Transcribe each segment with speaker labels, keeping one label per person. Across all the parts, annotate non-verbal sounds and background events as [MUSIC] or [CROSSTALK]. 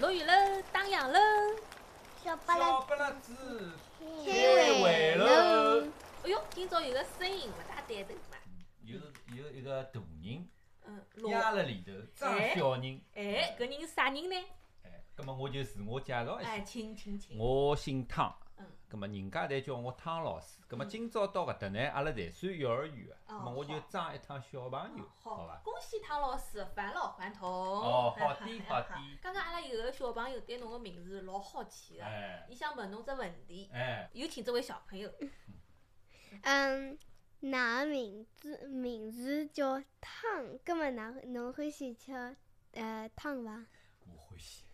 Speaker 1: 落雨了，当阳了。
Speaker 2: 小巴
Speaker 3: 小
Speaker 2: 拉
Speaker 3: 不拉子，
Speaker 2: 开
Speaker 3: 尾
Speaker 2: 了
Speaker 3: 了。
Speaker 1: 哎哟，今朝有个声音勿大对头嘛。
Speaker 3: 有有一个大人
Speaker 1: 嗯，落
Speaker 3: 压了里头，装小人。
Speaker 1: 哎，搿人是啥人呢？
Speaker 3: 哎，葛么我就自我介绍一下，
Speaker 1: 哎，请请请。
Speaker 3: 我姓汤
Speaker 1: 嗯，
Speaker 3: 葛么人家侪叫我汤老师。葛么今朝到搿搭呢，阿拉侪算幼儿园个，葛么
Speaker 1: 哦
Speaker 3: 我就
Speaker 1: 好
Speaker 3: 装一趟小朋友，好
Speaker 1: 好
Speaker 3: 伐，？
Speaker 1: 恭喜汤老师返老还童。
Speaker 3: 哦好的
Speaker 1: 哎
Speaker 3: 好的
Speaker 1: 刚刚阿拉有个小朋友对侬个名字老好奇个，
Speaker 3: 哎
Speaker 1: 伊想问侬只问题，
Speaker 3: 哎，
Speaker 1: 有请这位小朋友。
Speaker 2: 嗯，㑚名字名字叫汤，葛么㑚侬欢喜吃呃汤伐？
Speaker 3: 我欢喜。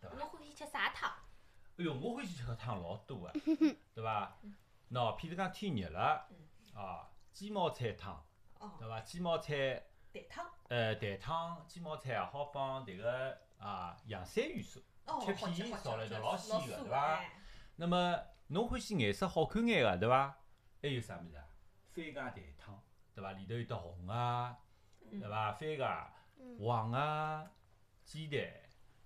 Speaker 1: 侬欢喜吃啥汤？
Speaker 3: 哎哟，我欢喜吃个汤老
Speaker 1: [LAUGHS]
Speaker 3: 多个，对伐？
Speaker 1: 嗯
Speaker 3: 喏，譬如讲天热了，啊，鸡毛菜汤，
Speaker 1: 哦，
Speaker 3: 对伐？鸡毛菜。
Speaker 1: 蛋汤。
Speaker 3: 呃，蛋汤、鸡毛菜也好帮迭个啊洋山芋丝。
Speaker 1: 哦，
Speaker 3: 吃
Speaker 1: 好吃
Speaker 3: 皮
Speaker 1: 好吃
Speaker 3: 炒了
Speaker 1: 好吃
Speaker 3: 就老
Speaker 1: 老
Speaker 3: 鲜个
Speaker 1: 酥
Speaker 3: 对伐
Speaker 1: 哎
Speaker 3: 那么侬欢喜颜色好看眼个对伐？还有啥物事啊？番茄蛋汤对伐？里头有得红啊，
Speaker 1: 嗯
Speaker 3: 对伐？番茄、
Speaker 2: 嗯
Speaker 3: 黄啊、鸡蛋，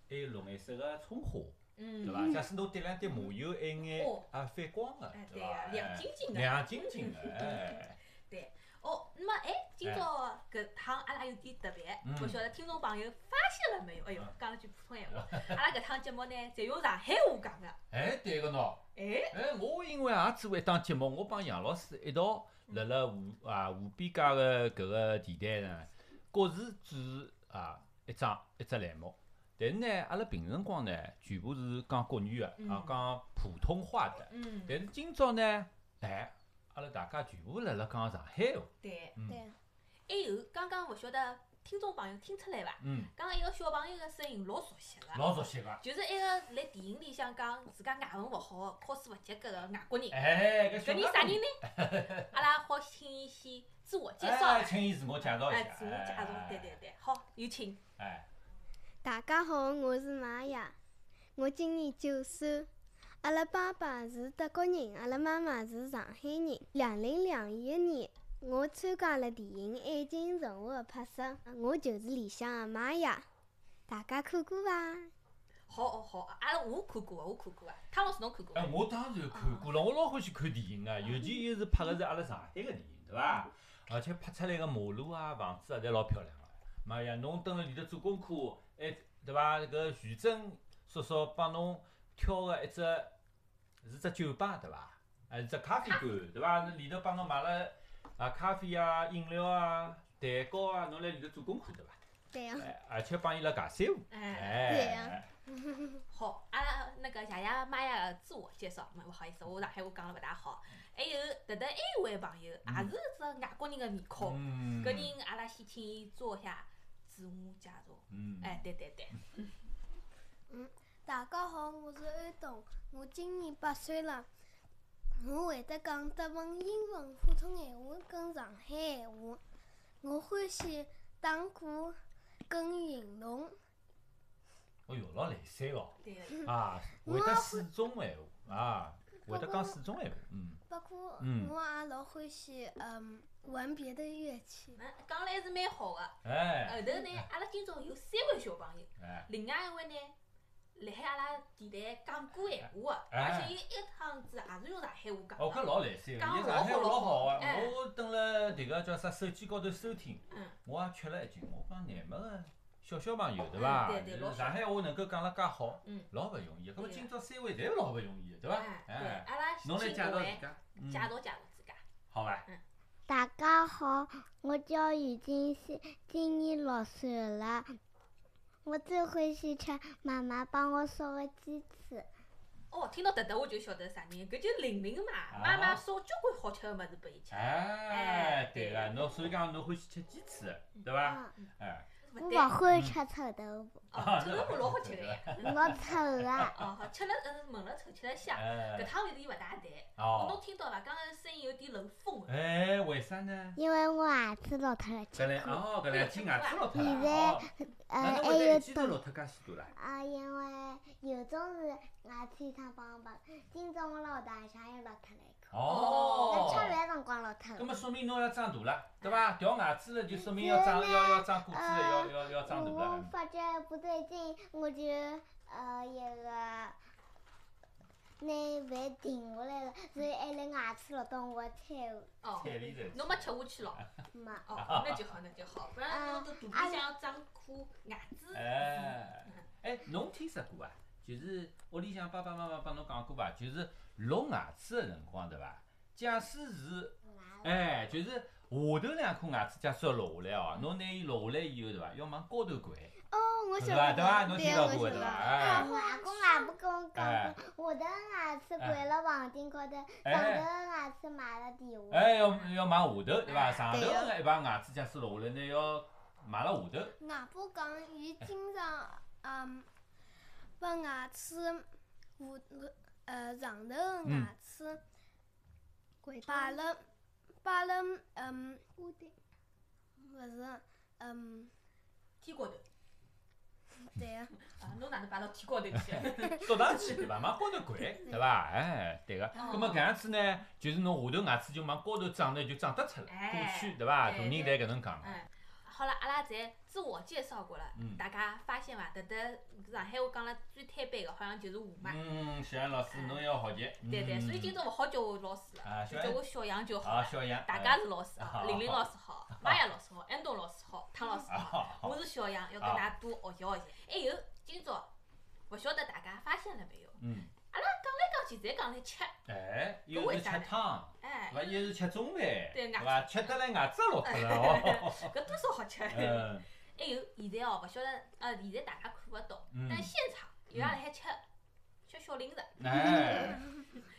Speaker 3: 还有绿颜色啊个葱花，对
Speaker 1: 嗯，
Speaker 3: 伐？假使侬滴两滴麻油，还有眼
Speaker 1: 哦
Speaker 3: 啊反光个
Speaker 1: 哎，对
Speaker 3: 对伐
Speaker 1: 啊？
Speaker 3: 哎
Speaker 1: 亮晶晶的
Speaker 3: 亮晶晶个，哎，
Speaker 1: 对。哦，那么哎，今朝搿趟阿拉有点特别，
Speaker 3: 嗯
Speaker 1: 勿晓得听众朋友发现了没有？哎哟
Speaker 3: 嗯，
Speaker 1: 讲了句普通闲话，阿拉搿趟节目呢，侪用上海话讲的。
Speaker 3: 哎，对个喏。
Speaker 1: 哎，
Speaker 3: 哎，我因为也做一档节目，我帮杨老师一道
Speaker 1: 嗯
Speaker 3: 辣辣湖啊湖边家个搿个电台呢，各自主持啊一张一只栏目。但是呢，阿拉平辰光呢，全部是讲国语个，啊
Speaker 1: 嗯
Speaker 3: 讲普通话的。
Speaker 1: 嗯，
Speaker 3: 但是今朝呢，哎，阿拉大家全部辣辣讲上海话。
Speaker 1: 对。
Speaker 3: 嗯
Speaker 1: 还有刚刚勿晓得听众朋友听出来伐？
Speaker 3: 嗯，
Speaker 1: 刚刚一个小朋友个声音老熟悉个，
Speaker 3: 老熟悉个。
Speaker 1: 就是一个辣电影里向讲自家外文勿好、考试勿及格个外国人。
Speaker 3: 哎，搿小
Speaker 1: 搿人啥人呢？阿拉好请伊先自我介绍
Speaker 3: 哎，
Speaker 1: 一下。
Speaker 3: 请伊自我介绍一下。
Speaker 1: 哎，自我介绍，对对。对，好，有请。
Speaker 3: 哎，
Speaker 2: 大家好，我是玛雅，我今年九岁。阿拉爸爸是德国人，阿拉妈妈是上海人。两零两一年，我参加了电影《爱情神话》的拍摄，我就是里向的玛雅。大家看过伐？
Speaker 1: 好哦好，阿拉我看过，我看过啊。汤老师侬看过伐
Speaker 3: 哎，？我当然
Speaker 1: 啊
Speaker 3: 看过了，我老欢喜看电影个，尤其又是拍个是阿拉上海个电影，对
Speaker 1: 嗯
Speaker 3: 伐？而且拍出来个马路啊、房子啊，侪老漂亮个。妈呀，侬蹲辣里头做功课，哎，对伐？搿徐峥叔叔帮侬挑个一只，是只酒吧对伐？还是只咖啡馆对伐？那里头帮侬买了啊咖啡啊、饮料啊、蛋糕啊，侬辣里头做功课对伐？
Speaker 2: 对呀、
Speaker 3: 哎，而且帮伊拉尬三胡，
Speaker 1: 嗯哎，
Speaker 2: 对
Speaker 3: 哎
Speaker 2: 呀，
Speaker 1: 好，阿拉那个爷爷妈呀，自我介绍，没不好意思，我上海话讲了勿大好。还有迭搭还有位朋友，也是只外国人的面孔。
Speaker 3: 嗯，
Speaker 1: 搿人阿拉先请伊做一下自我介绍。
Speaker 3: 嗯，
Speaker 1: 哎，对对对，
Speaker 4: 大家好，我是安东，我今年八岁了。我会得讲德文、英文、普通闲话跟上海闲话。我欢喜打鼓跟运动。
Speaker 3: 哎哟，老来三哦。
Speaker 1: 对个。
Speaker 3: [LAUGHS] 啊，会得四种闲话啊，会得讲四种闲话，嗯，
Speaker 4: 不过
Speaker 3: 嗯
Speaker 4: 我也老欢喜嗯玩别的乐器。
Speaker 1: 那嗯讲了还是蛮好个。后
Speaker 3: 哎，
Speaker 1: 头呢，阿拉今朝有三位小朋友，
Speaker 3: 哎，
Speaker 1: 另外一位呢，辣海阿拉电台讲过闲话个，
Speaker 3: 哎
Speaker 1: 而且伊一趟子也是用上海话讲
Speaker 3: 哦，搿
Speaker 1: 的。
Speaker 3: 老来三个，
Speaker 1: 讲
Speaker 3: 伊上海话
Speaker 1: 老
Speaker 3: 老
Speaker 1: 好老
Speaker 3: 好
Speaker 1: 好
Speaker 3: 啊
Speaker 1: 哎，
Speaker 3: 我蹲辣迭个叫啥手机高头收听
Speaker 1: 嗯，
Speaker 3: 我也吃了一惊，我讲难么个小小朋友对伐
Speaker 1: 嗯对对老？小
Speaker 3: 上海话能够讲了介好
Speaker 1: 嗯，
Speaker 3: 老勿容易。搿么
Speaker 1: 对
Speaker 3: 今朝三位侪老勿容易的，对伐
Speaker 1: 哎？，对，
Speaker 3: 哎，
Speaker 1: 阿拉
Speaker 3: 侬来
Speaker 1: 请
Speaker 3: 介绍
Speaker 1: 各
Speaker 3: 自
Speaker 1: 位
Speaker 3: 家，嗯
Speaker 1: 介，绍介绍自家。
Speaker 3: 好伐？
Speaker 5: 大家好，我叫于金希，今年六岁了。我最欢喜吃妈妈帮我烧的鸡翅。
Speaker 1: 哦，听到搿搭我就晓得啥人，搿就是玲玲嘛，
Speaker 3: 啊
Speaker 1: 妈妈烧交关好吃的物事拨伊吃，
Speaker 3: 哎，对个，侬所以讲侬欢喜吃鸡翅，对
Speaker 1: 啊
Speaker 3: 伐？
Speaker 5: 嗯
Speaker 3: 哎，
Speaker 5: 我
Speaker 1: 勿对，
Speaker 5: 勿欢喜吃臭豆腐，
Speaker 1: 哦，
Speaker 3: [LAUGHS]
Speaker 1: 臭豆腐老好吃个呀，
Speaker 5: 我臭啊！
Speaker 1: 哦，好吃了，嗯，闻了臭，吃了香，搿
Speaker 3: 哎，
Speaker 1: 趟有点勿大对，
Speaker 3: 哦
Speaker 1: 侬听到伐？刚刚声音有点漏风了，
Speaker 3: 哎，为啥呢？
Speaker 5: 因为我啊牙齿落脱了，
Speaker 3: 搿两哦，搿两天牙齿落脱了。
Speaker 5: 现在
Speaker 3: 哦哪
Speaker 5: 呃，
Speaker 3: 能
Speaker 5: 还
Speaker 3: 会得
Speaker 5: 有
Speaker 3: 一记头落脱介许多啦？
Speaker 5: 啊，因为有种是牙齿有趟帮我拔，今朝我老大象又落脱了一颗，
Speaker 1: 哦
Speaker 5: 我吃饭辰光落脱
Speaker 3: 葛
Speaker 5: 了。
Speaker 3: 么说明侬要长大了，对伐？掉牙齿了就说明要长，
Speaker 5: 是呢
Speaker 3: 要要长骨子了，
Speaker 5: 呃
Speaker 3: 要要要长大
Speaker 5: 我
Speaker 3: 了。
Speaker 5: 发觉哎，不对劲，我就呃一个。拿饭停下来了，所以哎还辣牙齿落到我的菜下
Speaker 3: [LAUGHS]
Speaker 1: 哦，
Speaker 3: 菜里头。
Speaker 1: 侬没吃下去
Speaker 3: [LAUGHS]
Speaker 1: 咯？
Speaker 5: 没。
Speaker 1: 哦，那就好，那就好，不然侬都肚皮向长颗牙子。
Speaker 3: 哎哎，侬听说过啊？就是屋里向爸爸妈妈帮侬讲过伐？就是落牙齿的辰光，对伐？假使是哎，就是下头两颗牙齿，假使要落下来哦，侬拿伊落下来以后，对伐？要往高头掼，
Speaker 2: 哦，我
Speaker 3: 对
Speaker 2: 晓
Speaker 3: 伐？
Speaker 2: 得
Speaker 3: 对伐？
Speaker 2: 的，
Speaker 3: 侬
Speaker 2: 对
Speaker 3: 听，
Speaker 2: 我
Speaker 3: 到
Speaker 2: 晓
Speaker 3: 过
Speaker 2: 得
Speaker 3: 对伐？
Speaker 2: 的。
Speaker 5: 啊，
Speaker 3: 哎
Speaker 5: 我阿公阿婆跟我
Speaker 3: 哎
Speaker 5: 讲过，下头牙齿掼了房顶高头，上头
Speaker 3: 哎
Speaker 5: 牙齿买了地下。
Speaker 3: 哎，要要往下头，对伐？上头
Speaker 2: 对呀
Speaker 3: 的一排牙齿，假使落下来呢，要埋辣下头。
Speaker 4: 外
Speaker 2: 嗯
Speaker 4: 婆讲，伊经常嗯，
Speaker 2: 呃
Speaker 4: 把牙
Speaker 2: 啊
Speaker 4: 齿下
Speaker 2: 嗯
Speaker 4: 头呃上头的
Speaker 3: 嗯
Speaker 4: 牙齿
Speaker 2: 嗯
Speaker 4: 摆了摆了嗯，屋顶，勿是嗯，
Speaker 1: 天高头，
Speaker 4: 对个，
Speaker 1: 啊，侬哪能摆到天高头
Speaker 3: [LAUGHS]
Speaker 1: 去？哦
Speaker 3: 倒上去对伐？往高头掼，对伐？哎，对个。
Speaker 1: 哦
Speaker 3: 那么搿样子呢，就是侬下头牙齿就往高头长呢，就长得出来。过
Speaker 1: 哎
Speaker 3: 去对伐？大
Speaker 1: 对
Speaker 3: 人
Speaker 1: 对
Speaker 3: 侪搿能讲。
Speaker 1: 哎，好了，阿拉侪自我介绍过了，
Speaker 3: 嗯
Speaker 1: 大家发现伐？迭搭上海话讲了最摊板个，好像就是我嘛。
Speaker 3: 嗯，小杨老师，侬要好学。
Speaker 1: 对对，
Speaker 3: 嗯
Speaker 1: 所以今朝勿好叫我老师
Speaker 3: 啊
Speaker 1: 了，
Speaker 3: 小
Speaker 1: 就
Speaker 3: 杨
Speaker 1: 叫我小杨就好
Speaker 3: 啊，
Speaker 1: 了。
Speaker 3: 小杨，
Speaker 1: 大
Speaker 3: 哎
Speaker 1: 家是老师
Speaker 3: 好
Speaker 1: 好，玲玲老师好，玛雅老师好，安东老师好，汤老师
Speaker 3: 啊
Speaker 1: 好，
Speaker 3: 好，
Speaker 1: 我是小杨，要跟大家多学习学习。还有，今朝勿晓得大家发现了没有？
Speaker 3: [LAUGHS] 嗯，
Speaker 1: 讲起侪讲来吃，
Speaker 3: 哎，
Speaker 1: 搿
Speaker 3: 又
Speaker 1: 为
Speaker 3: 是
Speaker 1: 啥
Speaker 3: 吃
Speaker 1: 呢
Speaker 3: 汤，
Speaker 1: 哎
Speaker 3: 对，伐？又是吃中饭，对
Speaker 1: 对牙
Speaker 3: 伐？吃得来牙齿也落脱了 [LAUGHS] 哦。
Speaker 1: 搿多少好吃。还
Speaker 3: 嗯
Speaker 1: 有，现在哦，勿晓得，呃，现在大家看勿到，
Speaker 3: 嗯
Speaker 1: 但现场有拉辣海吃吃小零食，
Speaker 3: 哎，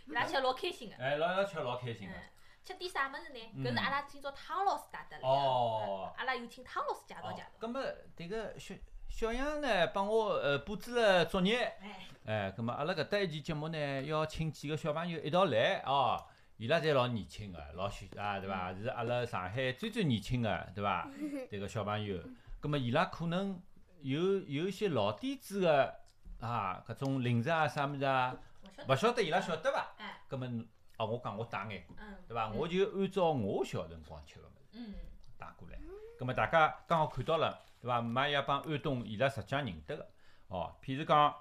Speaker 1: 伊拉吃得老开心个。
Speaker 3: 哎，老要吃老开心
Speaker 1: 嗯
Speaker 3: 个。，
Speaker 1: 吃点啥物事呢？
Speaker 3: 嗯
Speaker 1: 搿是阿拉今朝汤老师带得来的。
Speaker 3: 哦
Speaker 1: 呃阿拉有请汤老师介绍介绍。
Speaker 3: 那么迭个小小杨呢，帮我呃布置了作业。
Speaker 1: 哎，
Speaker 3: 哎，咁么阿拉搿搭一期节目呢，要请几个小朋友一道来哦。伊拉侪老年轻个，老许啊，对伐？是阿拉上海最最年轻个，对
Speaker 1: [LAUGHS]
Speaker 3: 伐？迭个小朋友，咁么伊拉可能有有一些老底子个啊，搿种零食啊，啥物事啊，
Speaker 1: 勿晓得。
Speaker 3: 勿晓得伊拉晓得伐？
Speaker 1: 哎，
Speaker 3: 咁么啊，我讲我打眼光，
Speaker 1: 嗯，
Speaker 3: 对伐？我就按照我小辰光吃个物事。
Speaker 1: 嗯，
Speaker 3: 打过来。咁啊么大家刚好看到了，对伐？玛雅帮安东伊拉实际上认得个，哦，譬如讲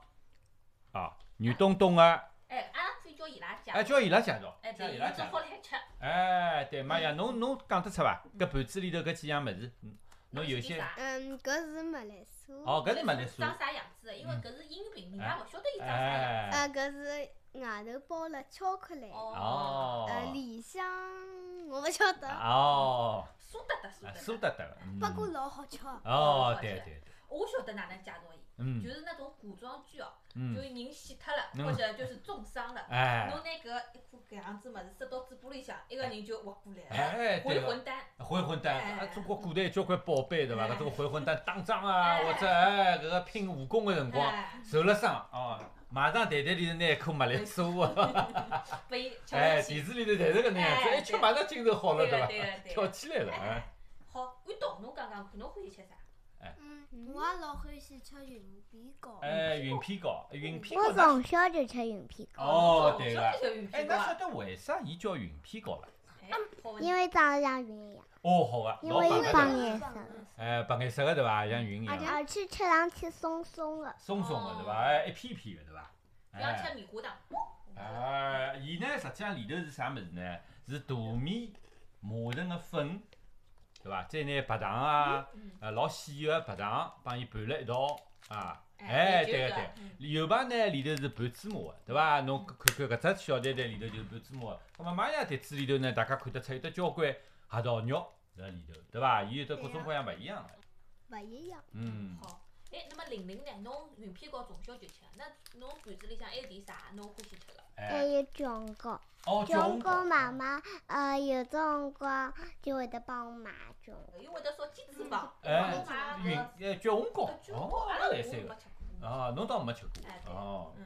Speaker 3: 啊，牛东东啊，
Speaker 1: 哎，阿拉可以叫伊拉介绍
Speaker 3: 哎，。叫伊拉介绍
Speaker 1: 哎，，
Speaker 3: 叫
Speaker 1: 对，
Speaker 3: 伊
Speaker 1: 伊
Speaker 3: 拉
Speaker 1: 拉
Speaker 3: 介
Speaker 1: 正好
Speaker 3: 绍。
Speaker 1: 辣海吃。
Speaker 3: 哎，对，玛
Speaker 1: 嗯
Speaker 3: 雅，侬侬讲得出伐？搿盘子里头搿几样物事，嗯，侬有
Speaker 1: 侬吃点
Speaker 3: 些
Speaker 1: 啥
Speaker 2: 嗯，搿是马来西亚，
Speaker 1: 嗯
Speaker 3: 哦，搿是马来西亚
Speaker 1: 长啥样子的？
Speaker 3: 嗯
Speaker 1: 因为搿是音频，人家勿晓得伊长啥样。
Speaker 3: 哎，
Speaker 2: 呃，搿是外头包了巧克力，
Speaker 1: 哦，
Speaker 2: 呃，
Speaker 3: 哦，
Speaker 2: 里向我勿晓得。
Speaker 3: 哦，
Speaker 1: 苏达达，苏
Speaker 3: 啊
Speaker 1: 达
Speaker 3: 苏
Speaker 1: 达。
Speaker 3: 得得，嗯
Speaker 4: 不过老好吃。
Speaker 3: 哦，对对对，
Speaker 1: 我晓得哪能介绍伊，就
Speaker 3: 嗯
Speaker 1: 是那种古装剧哦，就
Speaker 3: 嗯，
Speaker 1: 是人死脱了，
Speaker 3: 嗯
Speaker 1: 或者就是重伤了。
Speaker 3: 哎
Speaker 1: 侬拿搿一颗搿样子物事塞到嘴巴里向，一个人就活过来了，
Speaker 3: 哎，对
Speaker 1: 回
Speaker 3: 个。
Speaker 1: 魂丹。
Speaker 3: 回魂丹，啊，
Speaker 1: 哎
Speaker 3: 中国古代交关宝贝对伐？
Speaker 1: 哎
Speaker 3: 搿种回魂丹打仗啊，
Speaker 1: 哎
Speaker 3: 或者哎搿个拼武功个辰光
Speaker 1: 哎，
Speaker 3: 受了伤哦，马上袋袋里头拿一颗麦来吃啊，
Speaker 1: 被吃
Speaker 3: 哎，
Speaker 1: 下
Speaker 3: 电
Speaker 1: 去。
Speaker 3: 视里头侪是搿能样子，
Speaker 1: 哎
Speaker 3: 一吃马上精神好了
Speaker 1: 对个
Speaker 3: 伐
Speaker 1: 对个？
Speaker 3: [LAUGHS]
Speaker 1: 对
Speaker 3: 跳
Speaker 1: 个。
Speaker 3: 起来了，哎，
Speaker 1: 哎，好，安东，侬讲讲看，侬欢喜吃啥？
Speaker 4: 嗯，我也老欢喜吃云皮糕。
Speaker 3: 哎，云片糕，云片
Speaker 5: 我
Speaker 3: 糕，
Speaker 5: 从小就吃云皮糕，
Speaker 3: 哦对
Speaker 1: 个
Speaker 3: 个。哎，
Speaker 1: 个
Speaker 3: 㑚晓。得为啥伊叫云片糕伐？
Speaker 1: 哎，好问题
Speaker 5: 因为长得像云一样，
Speaker 3: 哦，好啊，
Speaker 5: 因
Speaker 3: 老
Speaker 5: 为
Speaker 3: 白
Speaker 5: 有白
Speaker 3: 个对伐，
Speaker 5: 颜色，
Speaker 3: 哎，白颜色个对伐？像云一嗯啊样，
Speaker 5: 而且呃吃上去松松的。
Speaker 3: 松松个对伐？哎，一片片个对伐？
Speaker 1: 不要
Speaker 3: 哎。
Speaker 1: 吃棉花糖。
Speaker 3: 啊，伊呢实际上里头是啥物事呢？是大米磨成个粉，对伐？再拿白糖啊，
Speaker 1: 嗯
Speaker 3: 呃老细个白糖帮伊拌辣一道啊。哎，对个
Speaker 1: 个
Speaker 3: 对，。油排呢里头是拌芝麻个，对伐？侬看看搿只小袋袋里头就是拌芝麻个。那么玛雅碟子里头呢，大家看得出有得交关核桃肉辣里头，对伐？伊有得各种各样勿一样个。
Speaker 2: 勿一样，
Speaker 3: 嗯，
Speaker 1: 好，哎，那么玲玲呢？侬云片糕从小就吃，那侬盘子里向还有点啥侬欢喜吃个？
Speaker 5: 还
Speaker 3: 哎，
Speaker 5: 有卷糕，
Speaker 3: 哦，
Speaker 5: 卷糕
Speaker 3: 糕
Speaker 5: 妈妈呃有辰光就会得帮我买卷糕。
Speaker 1: 有会得烧鸡翅膀，
Speaker 3: 哎
Speaker 1: 买
Speaker 3: 云
Speaker 1: 搿
Speaker 3: 哎卷红糕
Speaker 1: 搿，卷
Speaker 3: 哦
Speaker 1: 糕，，阿
Speaker 3: 阿
Speaker 1: 拉
Speaker 3: 拉
Speaker 1: 我没
Speaker 3: 来
Speaker 1: 吃
Speaker 3: 三个
Speaker 1: 过。。
Speaker 3: 哦，侬倒没吃过
Speaker 1: 哎，对
Speaker 3: 哦，
Speaker 1: 嗯，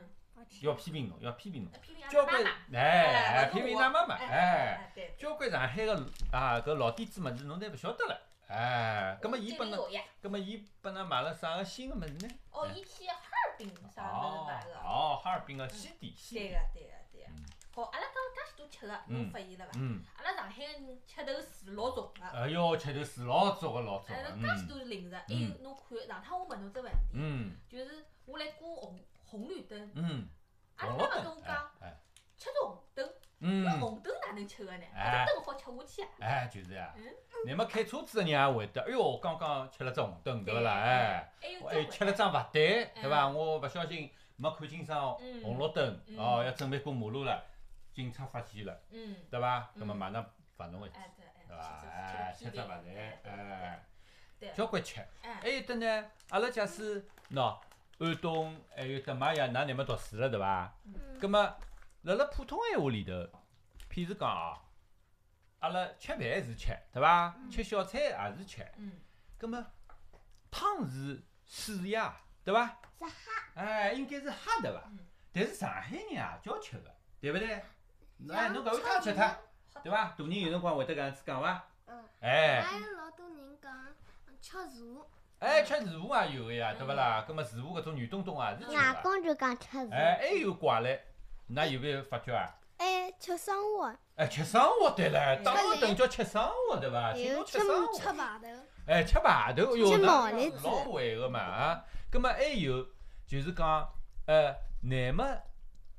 Speaker 3: 要批评侬，要批评侬，
Speaker 1: 批评
Speaker 3: 交
Speaker 1: 阿拉
Speaker 3: 关
Speaker 1: 妈妈。
Speaker 3: 哎，
Speaker 1: 勿是
Speaker 3: 批评
Speaker 1: 我
Speaker 3: 㑚妈妈，
Speaker 1: 哎
Speaker 3: 哎，
Speaker 1: 哎，对。
Speaker 3: 交关上海个啊搿老底子物事侬侪勿晓得了，哎，葛末伊拨侬，葛末伊拨㑚买了啥个新个物事呢？
Speaker 1: 哦，伊去哈尔滨啥物事买
Speaker 3: 嗯哦
Speaker 1: 个？
Speaker 3: 哦，哈尔滨个西点，西
Speaker 1: 对
Speaker 3: 点，
Speaker 1: 个，对个，对个。好，阿拉讲了介许多吃个，侬
Speaker 3: 嗯
Speaker 1: 发现了伐？
Speaker 3: 嗯，
Speaker 1: 阿拉上海个人吃头水老重个，
Speaker 3: 哎哟，吃头水老早个老早
Speaker 1: 哎
Speaker 3: 个，，
Speaker 1: 介许
Speaker 3: 嗯
Speaker 1: 多零食，还
Speaker 3: 嗯
Speaker 1: 有侬看，上趟我问侬只问题，
Speaker 3: 嗯
Speaker 1: 就是我来过红红绿灯，
Speaker 3: 嗯，
Speaker 1: 阿拉
Speaker 3: 红
Speaker 1: 妈
Speaker 3: 绿
Speaker 1: 妈跟
Speaker 3: 灯
Speaker 1: 我，
Speaker 3: 哎
Speaker 1: 讲，
Speaker 3: 哎，
Speaker 1: 吃着红灯，那
Speaker 3: 嗯。
Speaker 1: 红灯哪能吃个呢？
Speaker 3: 哎
Speaker 1: 搿只灯好吃下去啊！
Speaker 3: 哎，就是呀
Speaker 1: 嗯，
Speaker 3: 乃末开车子个人也会得，哎哟，刚刚吃了只红灯，对勿啦？
Speaker 1: 对
Speaker 3: 哎，
Speaker 1: 还有
Speaker 3: 我
Speaker 1: 这
Speaker 3: 还吃了张罚单，对伐？
Speaker 1: 嗯
Speaker 3: 我勿小心没看清爽
Speaker 1: 嗯
Speaker 3: 红绿灯，
Speaker 1: 嗯
Speaker 3: 哦，要准备过马路了，警察发现了，
Speaker 1: 嗯，
Speaker 3: 对伐？
Speaker 1: 嗯
Speaker 3: 那么马上罚侬一记，
Speaker 1: 哎对，
Speaker 3: 对伐？哎，吃
Speaker 1: 吃
Speaker 3: 只罚单，哎，
Speaker 1: 对，
Speaker 3: 交关吃。
Speaker 1: 哎
Speaker 3: 还有得呢，阿拉假使喏，安东还有得玛雅，㑚乃末读书了，对伐？
Speaker 4: 嗯
Speaker 3: 葛么，辣辣普通闲话里头，譬如讲啊，阿拉吃饭是吃，对伐？吃小菜也是吃，
Speaker 1: 嗯，
Speaker 3: 葛么汤是水呀，对伐？
Speaker 5: 是
Speaker 3: 虾。哎，应该是虾对伐
Speaker 1: 嗯？
Speaker 3: 但是上海人也叫吃个，对勿对？哎，
Speaker 4: 像
Speaker 3: 侬搿碗汤吃
Speaker 4: 炒
Speaker 3: 脱
Speaker 4: 面，
Speaker 3: 对伐？大人有辰光会得搿样子讲伐？
Speaker 4: 嗯。
Speaker 3: 哎。
Speaker 4: 还有老多人讲
Speaker 2: 嗯
Speaker 4: 吃茶，
Speaker 3: 哎，吃厨房也有个呀，对勿啦？葛么厨房搿种软东东啊是吃
Speaker 5: 外
Speaker 3: 个。
Speaker 5: 公就讲吃
Speaker 3: 哎，
Speaker 5: 是，
Speaker 3: 还有怪唻，㑚有没有发觉啊？
Speaker 2: 哎，吃生活，
Speaker 3: 哎，吃生活对唻，打个等叫吃生活对伐？
Speaker 2: 有
Speaker 3: 请侬吃
Speaker 2: 吃
Speaker 3: 生
Speaker 2: 麻
Speaker 4: 吃
Speaker 3: 活。
Speaker 4: 排头。
Speaker 3: 哎，吃排头，哟，
Speaker 2: 吃
Speaker 3: 那
Speaker 2: 毛栗子
Speaker 3: 老会个嘛啊。葛么还有就是讲，呃，乃末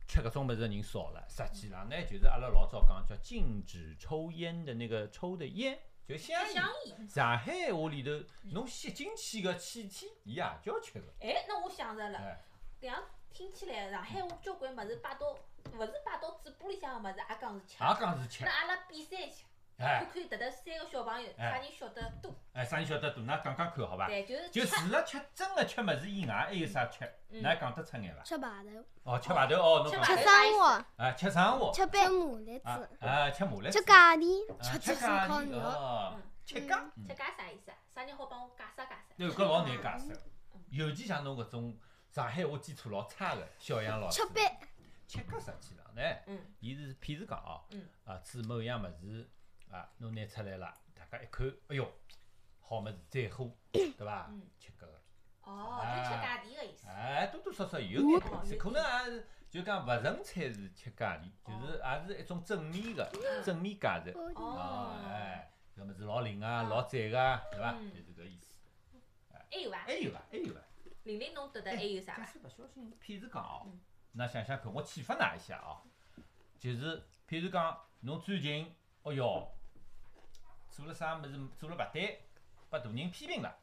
Speaker 3: 吃搿种物事的人少了，实际上呢，就是阿拉老早讲叫禁止抽烟的那个抽的烟，就香
Speaker 1: 吃
Speaker 3: 烟
Speaker 1: 香。烟。
Speaker 3: 上海闲话里头，侬吸进去个气体，伊也叫吃个。
Speaker 1: 哎，那我想着了
Speaker 3: 哎，
Speaker 1: 搿样听起来上海话交关物事摆到，勿是摆到嘴巴里向个物事，也讲是吃。
Speaker 3: 也啊讲是吃
Speaker 1: 那，阿拉比赛一下，
Speaker 3: 哎
Speaker 1: 看看迭搭三个小朋友啥人晓得多。
Speaker 3: 哎，啥人晓得大？㑚讲讲看，好伐？
Speaker 1: 对，就是
Speaker 3: 就
Speaker 1: 吃。
Speaker 3: 除了吃真的吃物事以外，还有啥吃？
Speaker 1: 嗯
Speaker 3: 㑚讲得出眼伐？
Speaker 4: 吃排头，
Speaker 3: 哦，吃排头哦，侬
Speaker 1: 吃
Speaker 3: 讲
Speaker 1: 排
Speaker 2: 吃
Speaker 1: 头
Speaker 2: 生活，
Speaker 3: 啊，吃生活
Speaker 2: 吃
Speaker 4: 吃
Speaker 2: 饭，
Speaker 4: 麻栗
Speaker 3: 啊
Speaker 4: 子，
Speaker 3: 啊，吃麻辣
Speaker 2: 吃
Speaker 3: 子，
Speaker 2: 咖喱，
Speaker 3: 啊
Speaker 4: 吃
Speaker 3: 吃
Speaker 4: 鸡
Speaker 3: 咖
Speaker 4: 烤
Speaker 3: 喱
Speaker 4: 肉
Speaker 3: 哦
Speaker 1: 嗯，
Speaker 3: 吃咖，嗯
Speaker 1: 吃介啥意思啊？啥人好帮我解释解释？
Speaker 3: 那搿老难解释，
Speaker 1: 嗯
Speaker 3: 尤其像侬搿种上海话基础老差的小杨老师
Speaker 4: 吃，饭，
Speaker 3: 吃咖实际上呢，
Speaker 1: 嗯
Speaker 3: 伊是譬如讲哦
Speaker 1: 嗯，
Speaker 3: 啊，煮某样物事啊，侬拿出来了，大家一看，哎哟，好物事再喝，对伐
Speaker 1: 嗯？
Speaker 3: 吃搿个。
Speaker 1: 哦，就吃家己个意思。
Speaker 3: 哎，多多少少有眼
Speaker 1: 哦
Speaker 3: 关系，
Speaker 1: 有
Speaker 3: 可能也是就讲勿纯粹是吃咖喱，就是也是一种正面的正面价值。
Speaker 1: 哦
Speaker 3: 哦，，哎，搿么是老灵啊，
Speaker 1: 哦
Speaker 3: 老赞个，对伐？
Speaker 1: 嗯
Speaker 3: 就是搿意思。
Speaker 1: 还哎有伐
Speaker 3: 还？有伐？还有伐？
Speaker 1: 玲玲，侬迭搭还有啥
Speaker 3: 假
Speaker 1: 伐？
Speaker 3: 使勿小心，譬如讲哦
Speaker 1: 嗯，
Speaker 3: 㑚想想看，我启发㑚一下哦，就是譬如讲，侬最近，哦哟，做了啥物事，做了勿对，被大人批评了，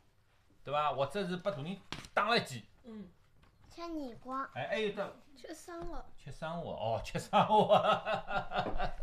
Speaker 3: 对伐？或者是被大人打了一记，
Speaker 1: 嗯，
Speaker 5: 吃耳光。
Speaker 3: 哎，还有得
Speaker 4: 吃生活，
Speaker 3: 吃生活哦，吃生活， [LAUGHS] 还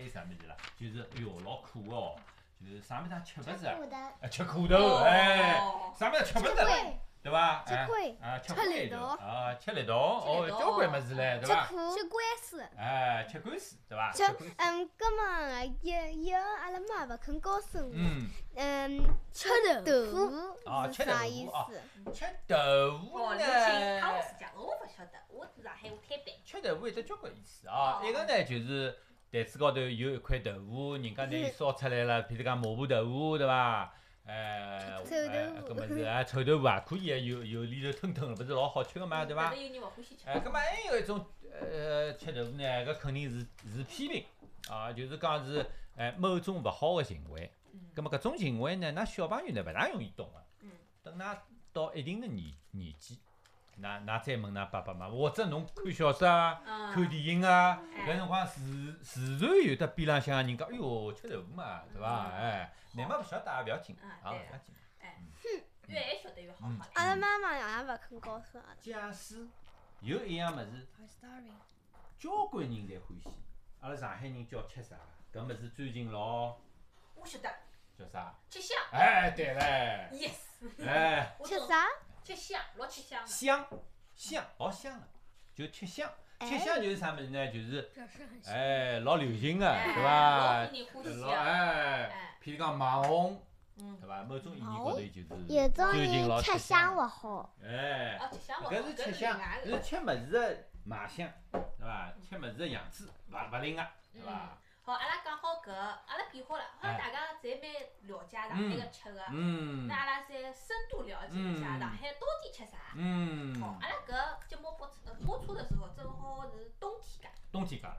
Speaker 3: 有啥物事啦？就是哎哟，老苦哦，就是啥物事也啊吃勿着，
Speaker 5: 的，
Speaker 3: 哎，吃苦头，哎，
Speaker 1: 哦
Speaker 3: 啥物事也吃勿着，对伐？
Speaker 2: 吃
Speaker 3: 哎
Speaker 2: 亏，
Speaker 3: 啊，吃
Speaker 4: 吃
Speaker 3: 亏
Speaker 4: 力
Speaker 3: 头，
Speaker 4: 道
Speaker 3: 啊，吃力道，哦，
Speaker 1: 吃力道
Speaker 3: 交关物事唻，对
Speaker 2: 吃
Speaker 3: 伐？
Speaker 2: 苦，
Speaker 4: 吃官司，
Speaker 3: 哎，吃官司，对伐？
Speaker 2: 吃
Speaker 3: 官司，
Speaker 2: 嗯，葛么一一个阿拉妈勿肯告诉我，
Speaker 3: 嗯，
Speaker 2: 嗯，
Speaker 4: 吃
Speaker 2: 豆
Speaker 4: 豆腐，
Speaker 3: 啊
Speaker 2: 腐
Speaker 3: 吃
Speaker 2: 是
Speaker 3: 豆
Speaker 2: 啥
Speaker 3: 腐
Speaker 2: 意
Speaker 3: 啊
Speaker 2: 思？
Speaker 3: 吃豆
Speaker 1: 哦，
Speaker 3: 腐
Speaker 1: 刘青，他我
Speaker 3: 呢？
Speaker 1: 自家，我勿晓得，我上海话太白。
Speaker 3: 吃豆腐有得交关意思啊！
Speaker 1: 哦
Speaker 3: 一个呢就是台子高头有一块豆腐，人家拿
Speaker 2: 嗯
Speaker 3: 伊烧出来了，譬如讲麻婆豆腐，对伐？呃，
Speaker 2: 臭
Speaker 3: 哎
Speaker 2: 豆腐
Speaker 3: 搿么是啊，臭豆腐也可以啊，油油里头腾腾的，勿是老好吃个嘛，
Speaker 2: 嗯
Speaker 3: 对
Speaker 1: 迭
Speaker 3: 伐
Speaker 1: 搭？有人勿欢喜吃。
Speaker 3: 哎，搿么还有一种呃吃豆腐呢，搿肯定是是批评啊，就是讲是哎某种勿好个行为。
Speaker 1: 嗯
Speaker 3: 葛么搿种行为呢，㑚小朋友呢勿大容易懂个、
Speaker 1: 嗯
Speaker 3: 等㑚到一定的年年纪，㑚㑚再问㑚爸爸妈妈，或者侬看小说啊、
Speaker 1: 嗯
Speaker 3: 看电影啊，
Speaker 1: 哎
Speaker 3: 搿辰光自自然有得边浪向人讲，哎哟，吃豆腐嘛，对伐？
Speaker 1: 嗯
Speaker 3: 哎，乃末勿晓得也勿要紧，
Speaker 1: 啊对
Speaker 3: 也勿要紧。
Speaker 1: 越爱晓得越好啊
Speaker 3: 嗯
Speaker 1: 好嘞。
Speaker 2: 阿拉妈妈也勿肯啊告诉阿拉，
Speaker 3: 假使有一样物事，交关人侪欢喜，阿拉上海人叫吃啥？搿物事最近老
Speaker 1: 我晓得，
Speaker 3: 叫啥？
Speaker 1: 吃香
Speaker 3: 哎，对唻，
Speaker 1: ，yes，
Speaker 3: 哎。
Speaker 1: 我
Speaker 2: 吃
Speaker 1: 懂？
Speaker 2: 啥？
Speaker 1: 吃香，老吃香的。
Speaker 3: 香香老香的，就吃香。
Speaker 5: 哎
Speaker 3: 吃香就是啥物事呢？就是
Speaker 4: 表示很
Speaker 3: 哎，老流行的，
Speaker 1: 哎
Speaker 3: 对伐
Speaker 1: 老？多人欢喜
Speaker 3: 老
Speaker 1: 啊。
Speaker 3: 哎
Speaker 1: 哎，
Speaker 3: 譬如讲网红，
Speaker 1: 嗯
Speaker 3: 对伐？某种意义高头就是
Speaker 5: 有种
Speaker 3: 最近老
Speaker 5: 人吃
Speaker 3: 香
Speaker 5: 香勿好，
Speaker 3: 哎，
Speaker 1: 哦，吃香勿好，
Speaker 3: 搿是吃香嗯
Speaker 1: 另外，
Speaker 3: 是
Speaker 1: 个。
Speaker 3: 吃物事的卖相，对伐？吃物事的样子，勿勿灵个，对伐？
Speaker 1: 嗯好，阿拉讲好搿，阿拉变好了，好像大家侪蛮了解上海个吃个，
Speaker 3: 嗯
Speaker 1: 那阿拉再深度了解一下
Speaker 3: 嗯
Speaker 1: 上海到底吃啥。
Speaker 3: 嗯，
Speaker 1: 好，阿拉搿节目播出播出的时候，正好是冬天介，
Speaker 3: 冬天讲了，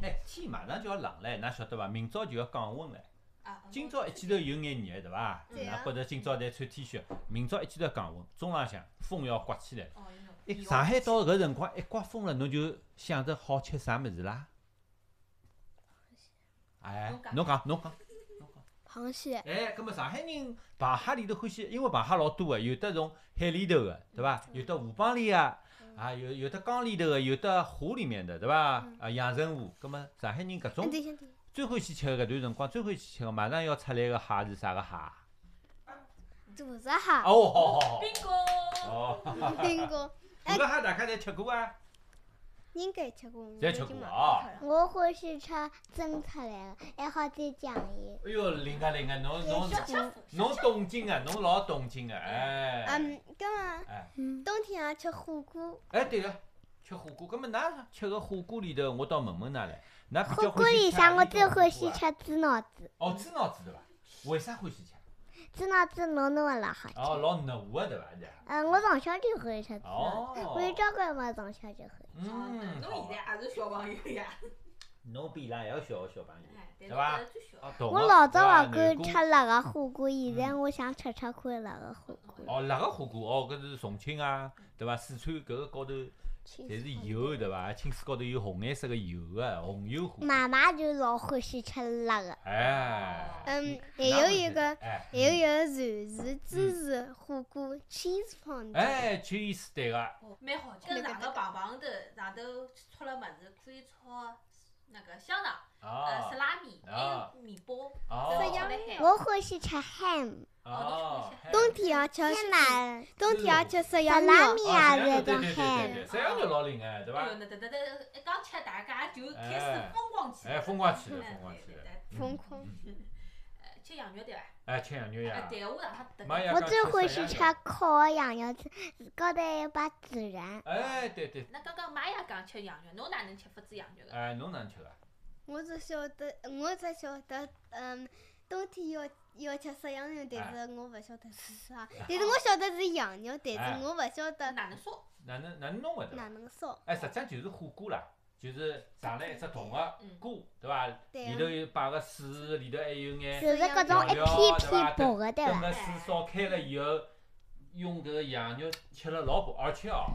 Speaker 3: 哎就要冷唻，㑚晓得伐？明朝就要降温唻。
Speaker 1: 啊，
Speaker 3: 今朝一记头有眼热，对伐？
Speaker 2: 对啊
Speaker 3: 㑚觉着今朝侪穿 T 恤，明朝一记头降温，中浪向风要刮起来。
Speaker 1: 哦，有种
Speaker 3: 一
Speaker 1: 意外
Speaker 3: 上哎海到搿辰光一刮风了，侬就想着好吃啥物事啦？哎
Speaker 1: 侬，讲
Speaker 3: 侬讲，侬讲。
Speaker 4: 螃蟹、
Speaker 3: 哎，葛末上海人螃蟹里头欢喜，因为螃蟹老多啊个，有的从海里头个，对伐？有的河浜里个，啊，有有的江里头个，有的湖里面的，对伐？啊，阳澄湖，葛末上海人搿种
Speaker 2: 嗯对对，
Speaker 3: 最欢喜吃个搿段辰光，最欢喜吃个马上要出来个蟹是啥个蟹？
Speaker 2: 大闸蟹。
Speaker 3: 哦，好好好，
Speaker 1: ，bingo，
Speaker 3: 哦， [LAUGHS]
Speaker 2: 听过，
Speaker 5: 哎
Speaker 3: 大个蟹大家侪吃过啊？
Speaker 2: 应该吃过，
Speaker 5: 嗯
Speaker 3: 侪吃过啊
Speaker 5: 我欢喜吃蒸出来的，还好点酱油。
Speaker 3: 哎哟，灵啊灵啊，侬侬
Speaker 1: 小吃腐，
Speaker 3: 侬懂劲啊，侬老懂劲个，哎，
Speaker 2: 嗯，咁
Speaker 3: 哎
Speaker 2: 啊，
Speaker 5: 嗯
Speaker 2: 冬天也吃火锅，
Speaker 3: 哎，对个，吃火锅，葛末㑚吃个火锅里头，我倒问问㑚唻，㑚比
Speaker 5: 火
Speaker 3: 较
Speaker 5: 锅
Speaker 3: 欢喜
Speaker 5: 里
Speaker 3: 吃
Speaker 5: 向
Speaker 3: 哪
Speaker 5: 我
Speaker 3: 里
Speaker 5: 最
Speaker 3: 种
Speaker 5: 欢
Speaker 3: 火
Speaker 5: 喜
Speaker 3: 锅
Speaker 5: 吃
Speaker 3: 啊
Speaker 5: 猪脑子，
Speaker 3: 哦，猪脑子对伐？为啥欢喜吃？
Speaker 5: 猪脑子糯糯的老好
Speaker 3: 哦，
Speaker 5: 吃。
Speaker 3: 老嫩个对伐？对。
Speaker 5: 嗯，我从小就欢喜吃猪脑子，
Speaker 3: 哦
Speaker 5: 我有交关么从小就欢喜。
Speaker 3: 嗯，好
Speaker 1: 哦侬现
Speaker 3: 的。
Speaker 1: 在也是小朋友
Speaker 3: [LAUGHS]
Speaker 1: 呀，
Speaker 3: 侬比伊拉还要小个小朋友。
Speaker 1: 哎，
Speaker 3: 对吧
Speaker 1: 但是最小。
Speaker 3: 哦，懂
Speaker 5: 我
Speaker 3: 了
Speaker 5: 老早
Speaker 3: 对伐
Speaker 5: 勿敢
Speaker 3: 南
Speaker 5: 吃
Speaker 3: 瓜
Speaker 5: 辣个火锅，现在我想吃吃看辣个火锅。
Speaker 3: 哦，辣个火锅哦，搿是重庆啊，对伐？四川搿个高头侪是油的
Speaker 2: 嗯
Speaker 3: 对伐？青水高头有红颜色个油个红油火锅。
Speaker 5: 妈妈就老欢喜吃辣个，
Speaker 3: 哎。
Speaker 2: 嗯，还
Speaker 3: 哪
Speaker 2: 有
Speaker 3: 会
Speaker 2: 一
Speaker 3: 晓
Speaker 2: 个
Speaker 3: 得，哎
Speaker 2: 还有一个陕是芝士火锅 cheese fondue，
Speaker 3: 嗯哎，去死对个，
Speaker 1: 哦蛮好吃，跟上头棒棒头，上头炒了么子，可以炒那个香肠、呃，
Speaker 3: 哦
Speaker 1: 沙，拉米，还
Speaker 3: 啊
Speaker 1: 有面包，
Speaker 3: 哦
Speaker 1: 这样的
Speaker 5: 我欢喜吃 ham，
Speaker 3: 哦，
Speaker 2: 冬天也吃，
Speaker 5: 哪
Speaker 2: 冬天
Speaker 3: 嗯
Speaker 2: 也吃涮羊
Speaker 5: 辣
Speaker 2: 肉
Speaker 5: 面，
Speaker 3: 哎
Speaker 5: 也是
Speaker 3: 对
Speaker 5: 个
Speaker 3: 对对对
Speaker 5: ham。
Speaker 3: 啊对，这样就老灵哎，对伐
Speaker 1: 哎？呦，那那那那一讲吃，大家就开始疯狂起来，
Speaker 3: 哎，疯狂起来，
Speaker 1: 哎
Speaker 3: 疯狂起
Speaker 1: 对对
Speaker 3: 来。
Speaker 1: 对
Speaker 2: 疯狂
Speaker 1: 呃吃羊肉对伐？
Speaker 3: 哎，吃羊肉
Speaker 1: 哎，
Speaker 3: 呀。
Speaker 1: 对，我上趟特
Speaker 3: 妈呀
Speaker 5: 我最欢喜吃烤的羊肉串，高头还有把孜然。
Speaker 3: 哎，对对，
Speaker 1: 那刚刚妈也讲吃羊肉，侬哪能吃法子羊肉个？
Speaker 3: 哎，侬哪能吃个？
Speaker 2: 我只晓得，我只晓得，嗯，冬天要要吃涮羊肉，但是我勿晓得是啥，但是我晓得是羊肉，但
Speaker 3: 哎
Speaker 2: 是我勿晓得
Speaker 1: 哪能烧？
Speaker 3: 哪能哪能弄个对伐
Speaker 2: 哪？能烧。
Speaker 3: 哎，实际上就是火锅啦，就是上来一只铜个
Speaker 1: 嗯
Speaker 3: 锅，对伐？
Speaker 2: 对
Speaker 3: 里
Speaker 2: 啊
Speaker 3: 头有摆个水，里头还有眼
Speaker 5: 就是搿种一片片薄的，对啊
Speaker 3: 等
Speaker 5: 伐？
Speaker 3: 个水烧开了以后，用搿个羊肉吃了老饱，而且哦，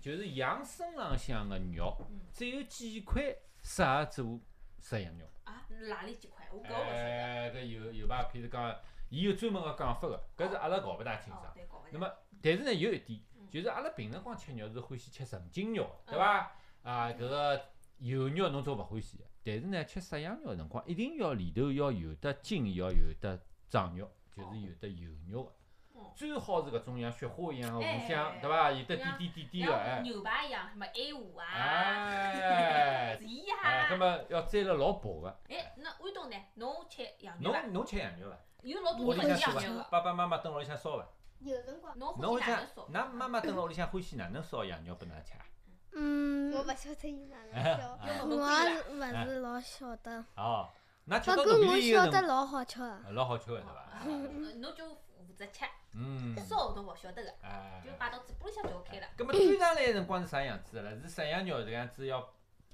Speaker 3: 就是羊身浪向个肉
Speaker 1: 嗯，
Speaker 3: 只有几块适合做涮羊肉。
Speaker 1: 啊，哪里几块？我搿个勿晓得。
Speaker 3: 哎，搿有有吧？譬如讲，伊有专门个讲法个，搿是阿拉搞勿大清
Speaker 1: 哦
Speaker 3: 爽。
Speaker 1: 对搞勿
Speaker 3: 那
Speaker 1: 定
Speaker 3: 么但是呢，有一点
Speaker 1: 嗯，
Speaker 3: 就是阿拉平常光吃肉是欢喜吃纯筋肉的，对伐？啊，搿个油肉侬总勿欢喜的，但是呢，吃涮羊肉个辰光，一定要里头要有得筋，要有得脏肉，就是有得油肉的。
Speaker 1: 哦
Speaker 3: 最好是搿种像雪花一样的
Speaker 1: 哎
Speaker 3: 互相
Speaker 1: 哎，
Speaker 3: 对伐？有得
Speaker 1: 像
Speaker 3: 点点点点个，
Speaker 1: 像
Speaker 3: 哎，
Speaker 1: 牛排一样，什么 A 五啊，
Speaker 3: 哎，
Speaker 1: 是
Speaker 3: 哎，葛
Speaker 1: 呀。
Speaker 3: 末要摘了老薄个。
Speaker 1: 哎，那安东呢？侬吃羊肉伐？
Speaker 3: 侬侬吃羊肉伐？
Speaker 1: 有老多
Speaker 3: 屋里
Speaker 1: 种
Speaker 3: 向
Speaker 1: 羊
Speaker 3: 烧
Speaker 1: 肉
Speaker 3: 伐
Speaker 1: 个，？
Speaker 3: 爸爸妈妈蹲屋里向烧伐？
Speaker 2: 有辰光
Speaker 1: 侬
Speaker 3: 侬
Speaker 1: 欢
Speaker 3: 屋
Speaker 1: 喜
Speaker 3: 里
Speaker 1: 哪
Speaker 3: 向
Speaker 1: 能烧？，
Speaker 3: 㑚妈妈蹲辣屋里向欢喜哪能烧羊肉拨㑚吃啊？
Speaker 4: 嗯，
Speaker 2: 我
Speaker 4: 我
Speaker 2: 勿晓得伊哪能烧。
Speaker 1: 要么侬
Speaker 4: 也
Speaker 1: 贵啦
Speaker 4: 是勿是老晓得，
Speaker 3: 哦，㑚吃
Speaker 4: 不过
Speaker 3: 到肚
Speaker 4: 我
Speaker 3: 皮里有
Speaker 4: 晓得
Speaker 3: 辰，
Speaker 4: 老好吃
Speaker 2: 啊
Speaker 4: 的。
Speaker 3: 老好吃个对伐？
Speaker 1: [LAUGHS] 呃侬就负责吃，
Speaker 3: 嗯，
Speaker 1: 烧侬勿晓得个，
Speaker 3: 哎，
Speaker 1: 就摆到嘴巴里向就 OK 了。
Speaker 3: 葛末端上来个辰光是啥样子的了？是涮羊肉这个样子，要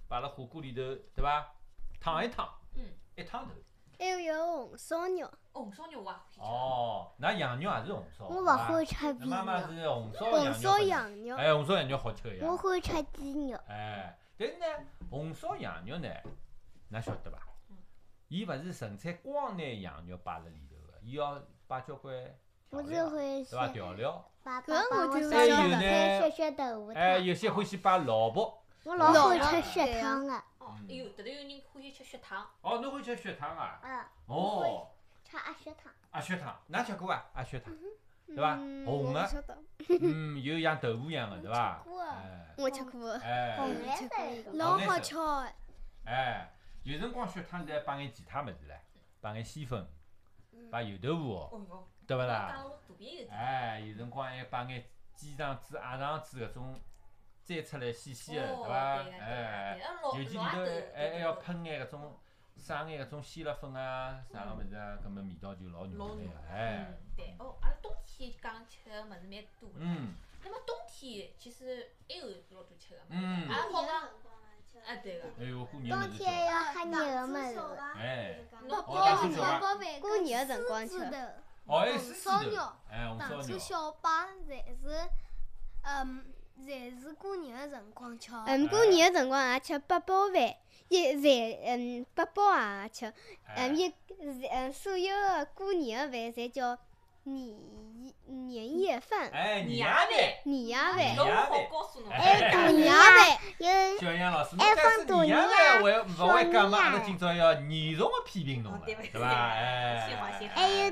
Speaker 3: 摆辣火锅里头，对伐？烫一烫，
Speaker 1: 嗯，
Speaker 3: 一烫头。
Speaker 2: 还有一个红烧肉，
Speaker 1: 红烧啊肉我也欢喜吃。
Speaker 3: 哦，㑚羊肉也是红烧，
Speaker 5: 我勿
Speaker 3: 对伐
Speaker 5: 欢喜吃
Speaker 3: 㑚
Speaker 5: 肥
Speaker 3: 妈妈
Speaker 5: 肉，
Speaker 3: 是红烧
Speaker 2: 红
Speaker 3: 羊肉
Speaker 2: 烧
Speaker 3: 拨㑚，
Speaker 2: 羊肉，
Speaker 3: 哎，红烧羊肉好吃个
Speaker 5: 我
Speaker 3: 呀。
Speaker 5: 欢喜吃鸡肉。
Speaker 3: 哎，但是呢，红烧羊肉呢，㑚晓得伐
Speaker 1: 嗯？
Speaker 3: 伊勿是纯粹光拿羊肉摆辣里头个，伊要摆交关调
Speaker 5: 我最
Speaker 3: 料，
Speaker 5: 欢喜
Speaker 3: 对伐？调料，
Speaker 5: 爸
Speaker 2: 搿
Speaker 5: 爸
Speaker 2: 我
Speaker 5: 帮
Speaker 2: 就
Speaker 5: 我
Speaker 2: 勿
Speaker 5: 烧
Speaker 3: 晓
Speaker 5: 肉
Speaker 3: 得
Speaker 5: 菜、血血豆腐
Speaker 3: 哎，
Speaker 5: 汤。
Speaker 3: 有些欢喜摆萝卜。
Speaker 5: 我
Speaker 3: 老
Speaker 5: 老
Speaker 3: 了
Speaker 5: 欢喜吃血汤的，
Speaker 1: 哦，哎呦，特别有人欢喜吃血糖，
Speaker 3: 哦，侬欢喜吃血汤啊？
Speaker 5: 嗯，
Speaker 3: 哦，
Speaker 5: 吃鸭血汤。
Speaker 3: 鸭血汤，㑚吃过
Speaker 1: 啊
Speaker 3: 伐？鸭血汤，对伐？
Speaker 2: 嗯
Speaker 3: 红啊
Speaker 2: 我
Speaker 1: [LAUGHS]
Speaker 3: 的
Speaker 2: 勿，晓得，
Speaker 3: 嗯，有像豆腐一样的，对伐？
Speaker 5: 过
Speaker 3: 哎
Speaker 2: 我吃过。
Speaker 3: 哎
Speaker 5: 红颜色的一个。
Speaker 4: 老好吃的，
Speaker 3: 哎，有辰光血汤侪摆眼其他物事唻，摆眼鲜粉，摆油豆腐哦，
Speaker 1: 哦哟，
Speaker 3: 对勿
Speaker 1: 我
Speaker 3: 啦？
Speaker 1: 讲了我肚皮有点。
Speaker 3: 哎，有辰光还摆眼鸡肠子、鸭肠子搿种摘出来细细的，
Speaker 1: 哦，
Speaker 3: 对伐？
Speaker 1: 对个对
Speaker 3: 哎，
Speaker 1: 个，老老
Speaker 3: 尤
Speaker 1: 也
Speaker 3: 其里
Speaker 1: 头
Speaker 3: 头还还哎要
Speaker 1: 哦对
Speaker 3: 喷眼搿种撒眼搿种鲜辣粉啊，啥个物事啊，搿么味道就老浓
Speaker 1: 嗯老
Speaker 3: 郁
Speaker 1: 浓
Speaker 3: 了，哎
Speaker 1: 嗯，，对，哦，阿拉冬天讲吃个物事蛮多个。
Speaker 3: 嗯
Speaker 1: 那么冬天其实还有老多吃个物事，
Speaker 3: 嗯
Speaker 1: 也好讲，哎，对个，
Speaker 3: 还有过年
Speaker 5: 冬
Speaker 3: 物事
Speaker 5: 天
Speaker 3: 吃，
Speaker 5: 要喝热
Speaker 4: 糖
Speaker 5: 么
Speaker 4: 醋
Speaker 5: 子
Speaker 4: 小
Speaker 5: 的，
Speaker 4: 排
Speaker 3: 哎，
Speaker 1: 侬
Speaker 3: 哦糖醋
Speaker 4: 包
Speaker 3: 小排
Speaker 4: 包饭
Speaker 2: 过
Speaker 4: 跟
Speaker 2: 年的辰光
Speaker 4: 狮子
Speaker 2: 吃
Speaker 4: 头
Speaker 3: 哦，还有
Speaker 4: 红
Speaker 3: 狮子
Speaker 4: 烧
Speaker 3: 头
Speaker 4: 肉，
Speaker 3: 哎，红
Speaker 4: 糖
Speaker 3: 烧
Speaker 4: 醋
Speaker 3: 肉，
Speaker 4: 小排侪是，嗯，侪是过年的辰光吃的。
Speaker 3: 哎
Speaker 2: 嗯，过年的辰光也吃八宝饭，一侪嗯八宝也吃，
Speaker 3: 哎
Speaker 2: 嗯，一嗯所有的过年的饭侪叫年年夜饭、
Speaker 3: 哎，年夜
Speaker 1: 娘
Speaker 3: 饭，
Speaker 1: 嘞，
Speaker 2: 年夜饭、
Speaker 3: 嗯
Speaker 1: 侬好告诉侬，
Speaker 3: 哎哎
Speaker 5: 大
Speaker 2: 年夜
Speaker 5: 年
Speaker 2: 饭。
Speaker 5: 有
Speaker 3: 小杨老师，侬
Speaker 5: 哎
Speaker 3: 但
Speaker 5: 放
Speaker 3: 是
Speaker 5: 大
Speaker 3: 年夜
Speaker 5: 年
Speaker 3: 饭
Speaker 5: 啊
Speaker 3: 会勿会讲嘛？
Speaker 5: 小
Speaker 3: 阿拉
Speaker 5: 年
Speaker 3: 今朝要严重的批评侬
Speaker 1: 哦
Speaker 3: 了，
Speaker 1: 对勿
Speaker 3: 对
Speaker 1: 起
Speaker 3: 伐？
Speaker 1: 谢谢谢
Speaker 3: 哎
Speaker 1: 谢，
Speaker 5: 还有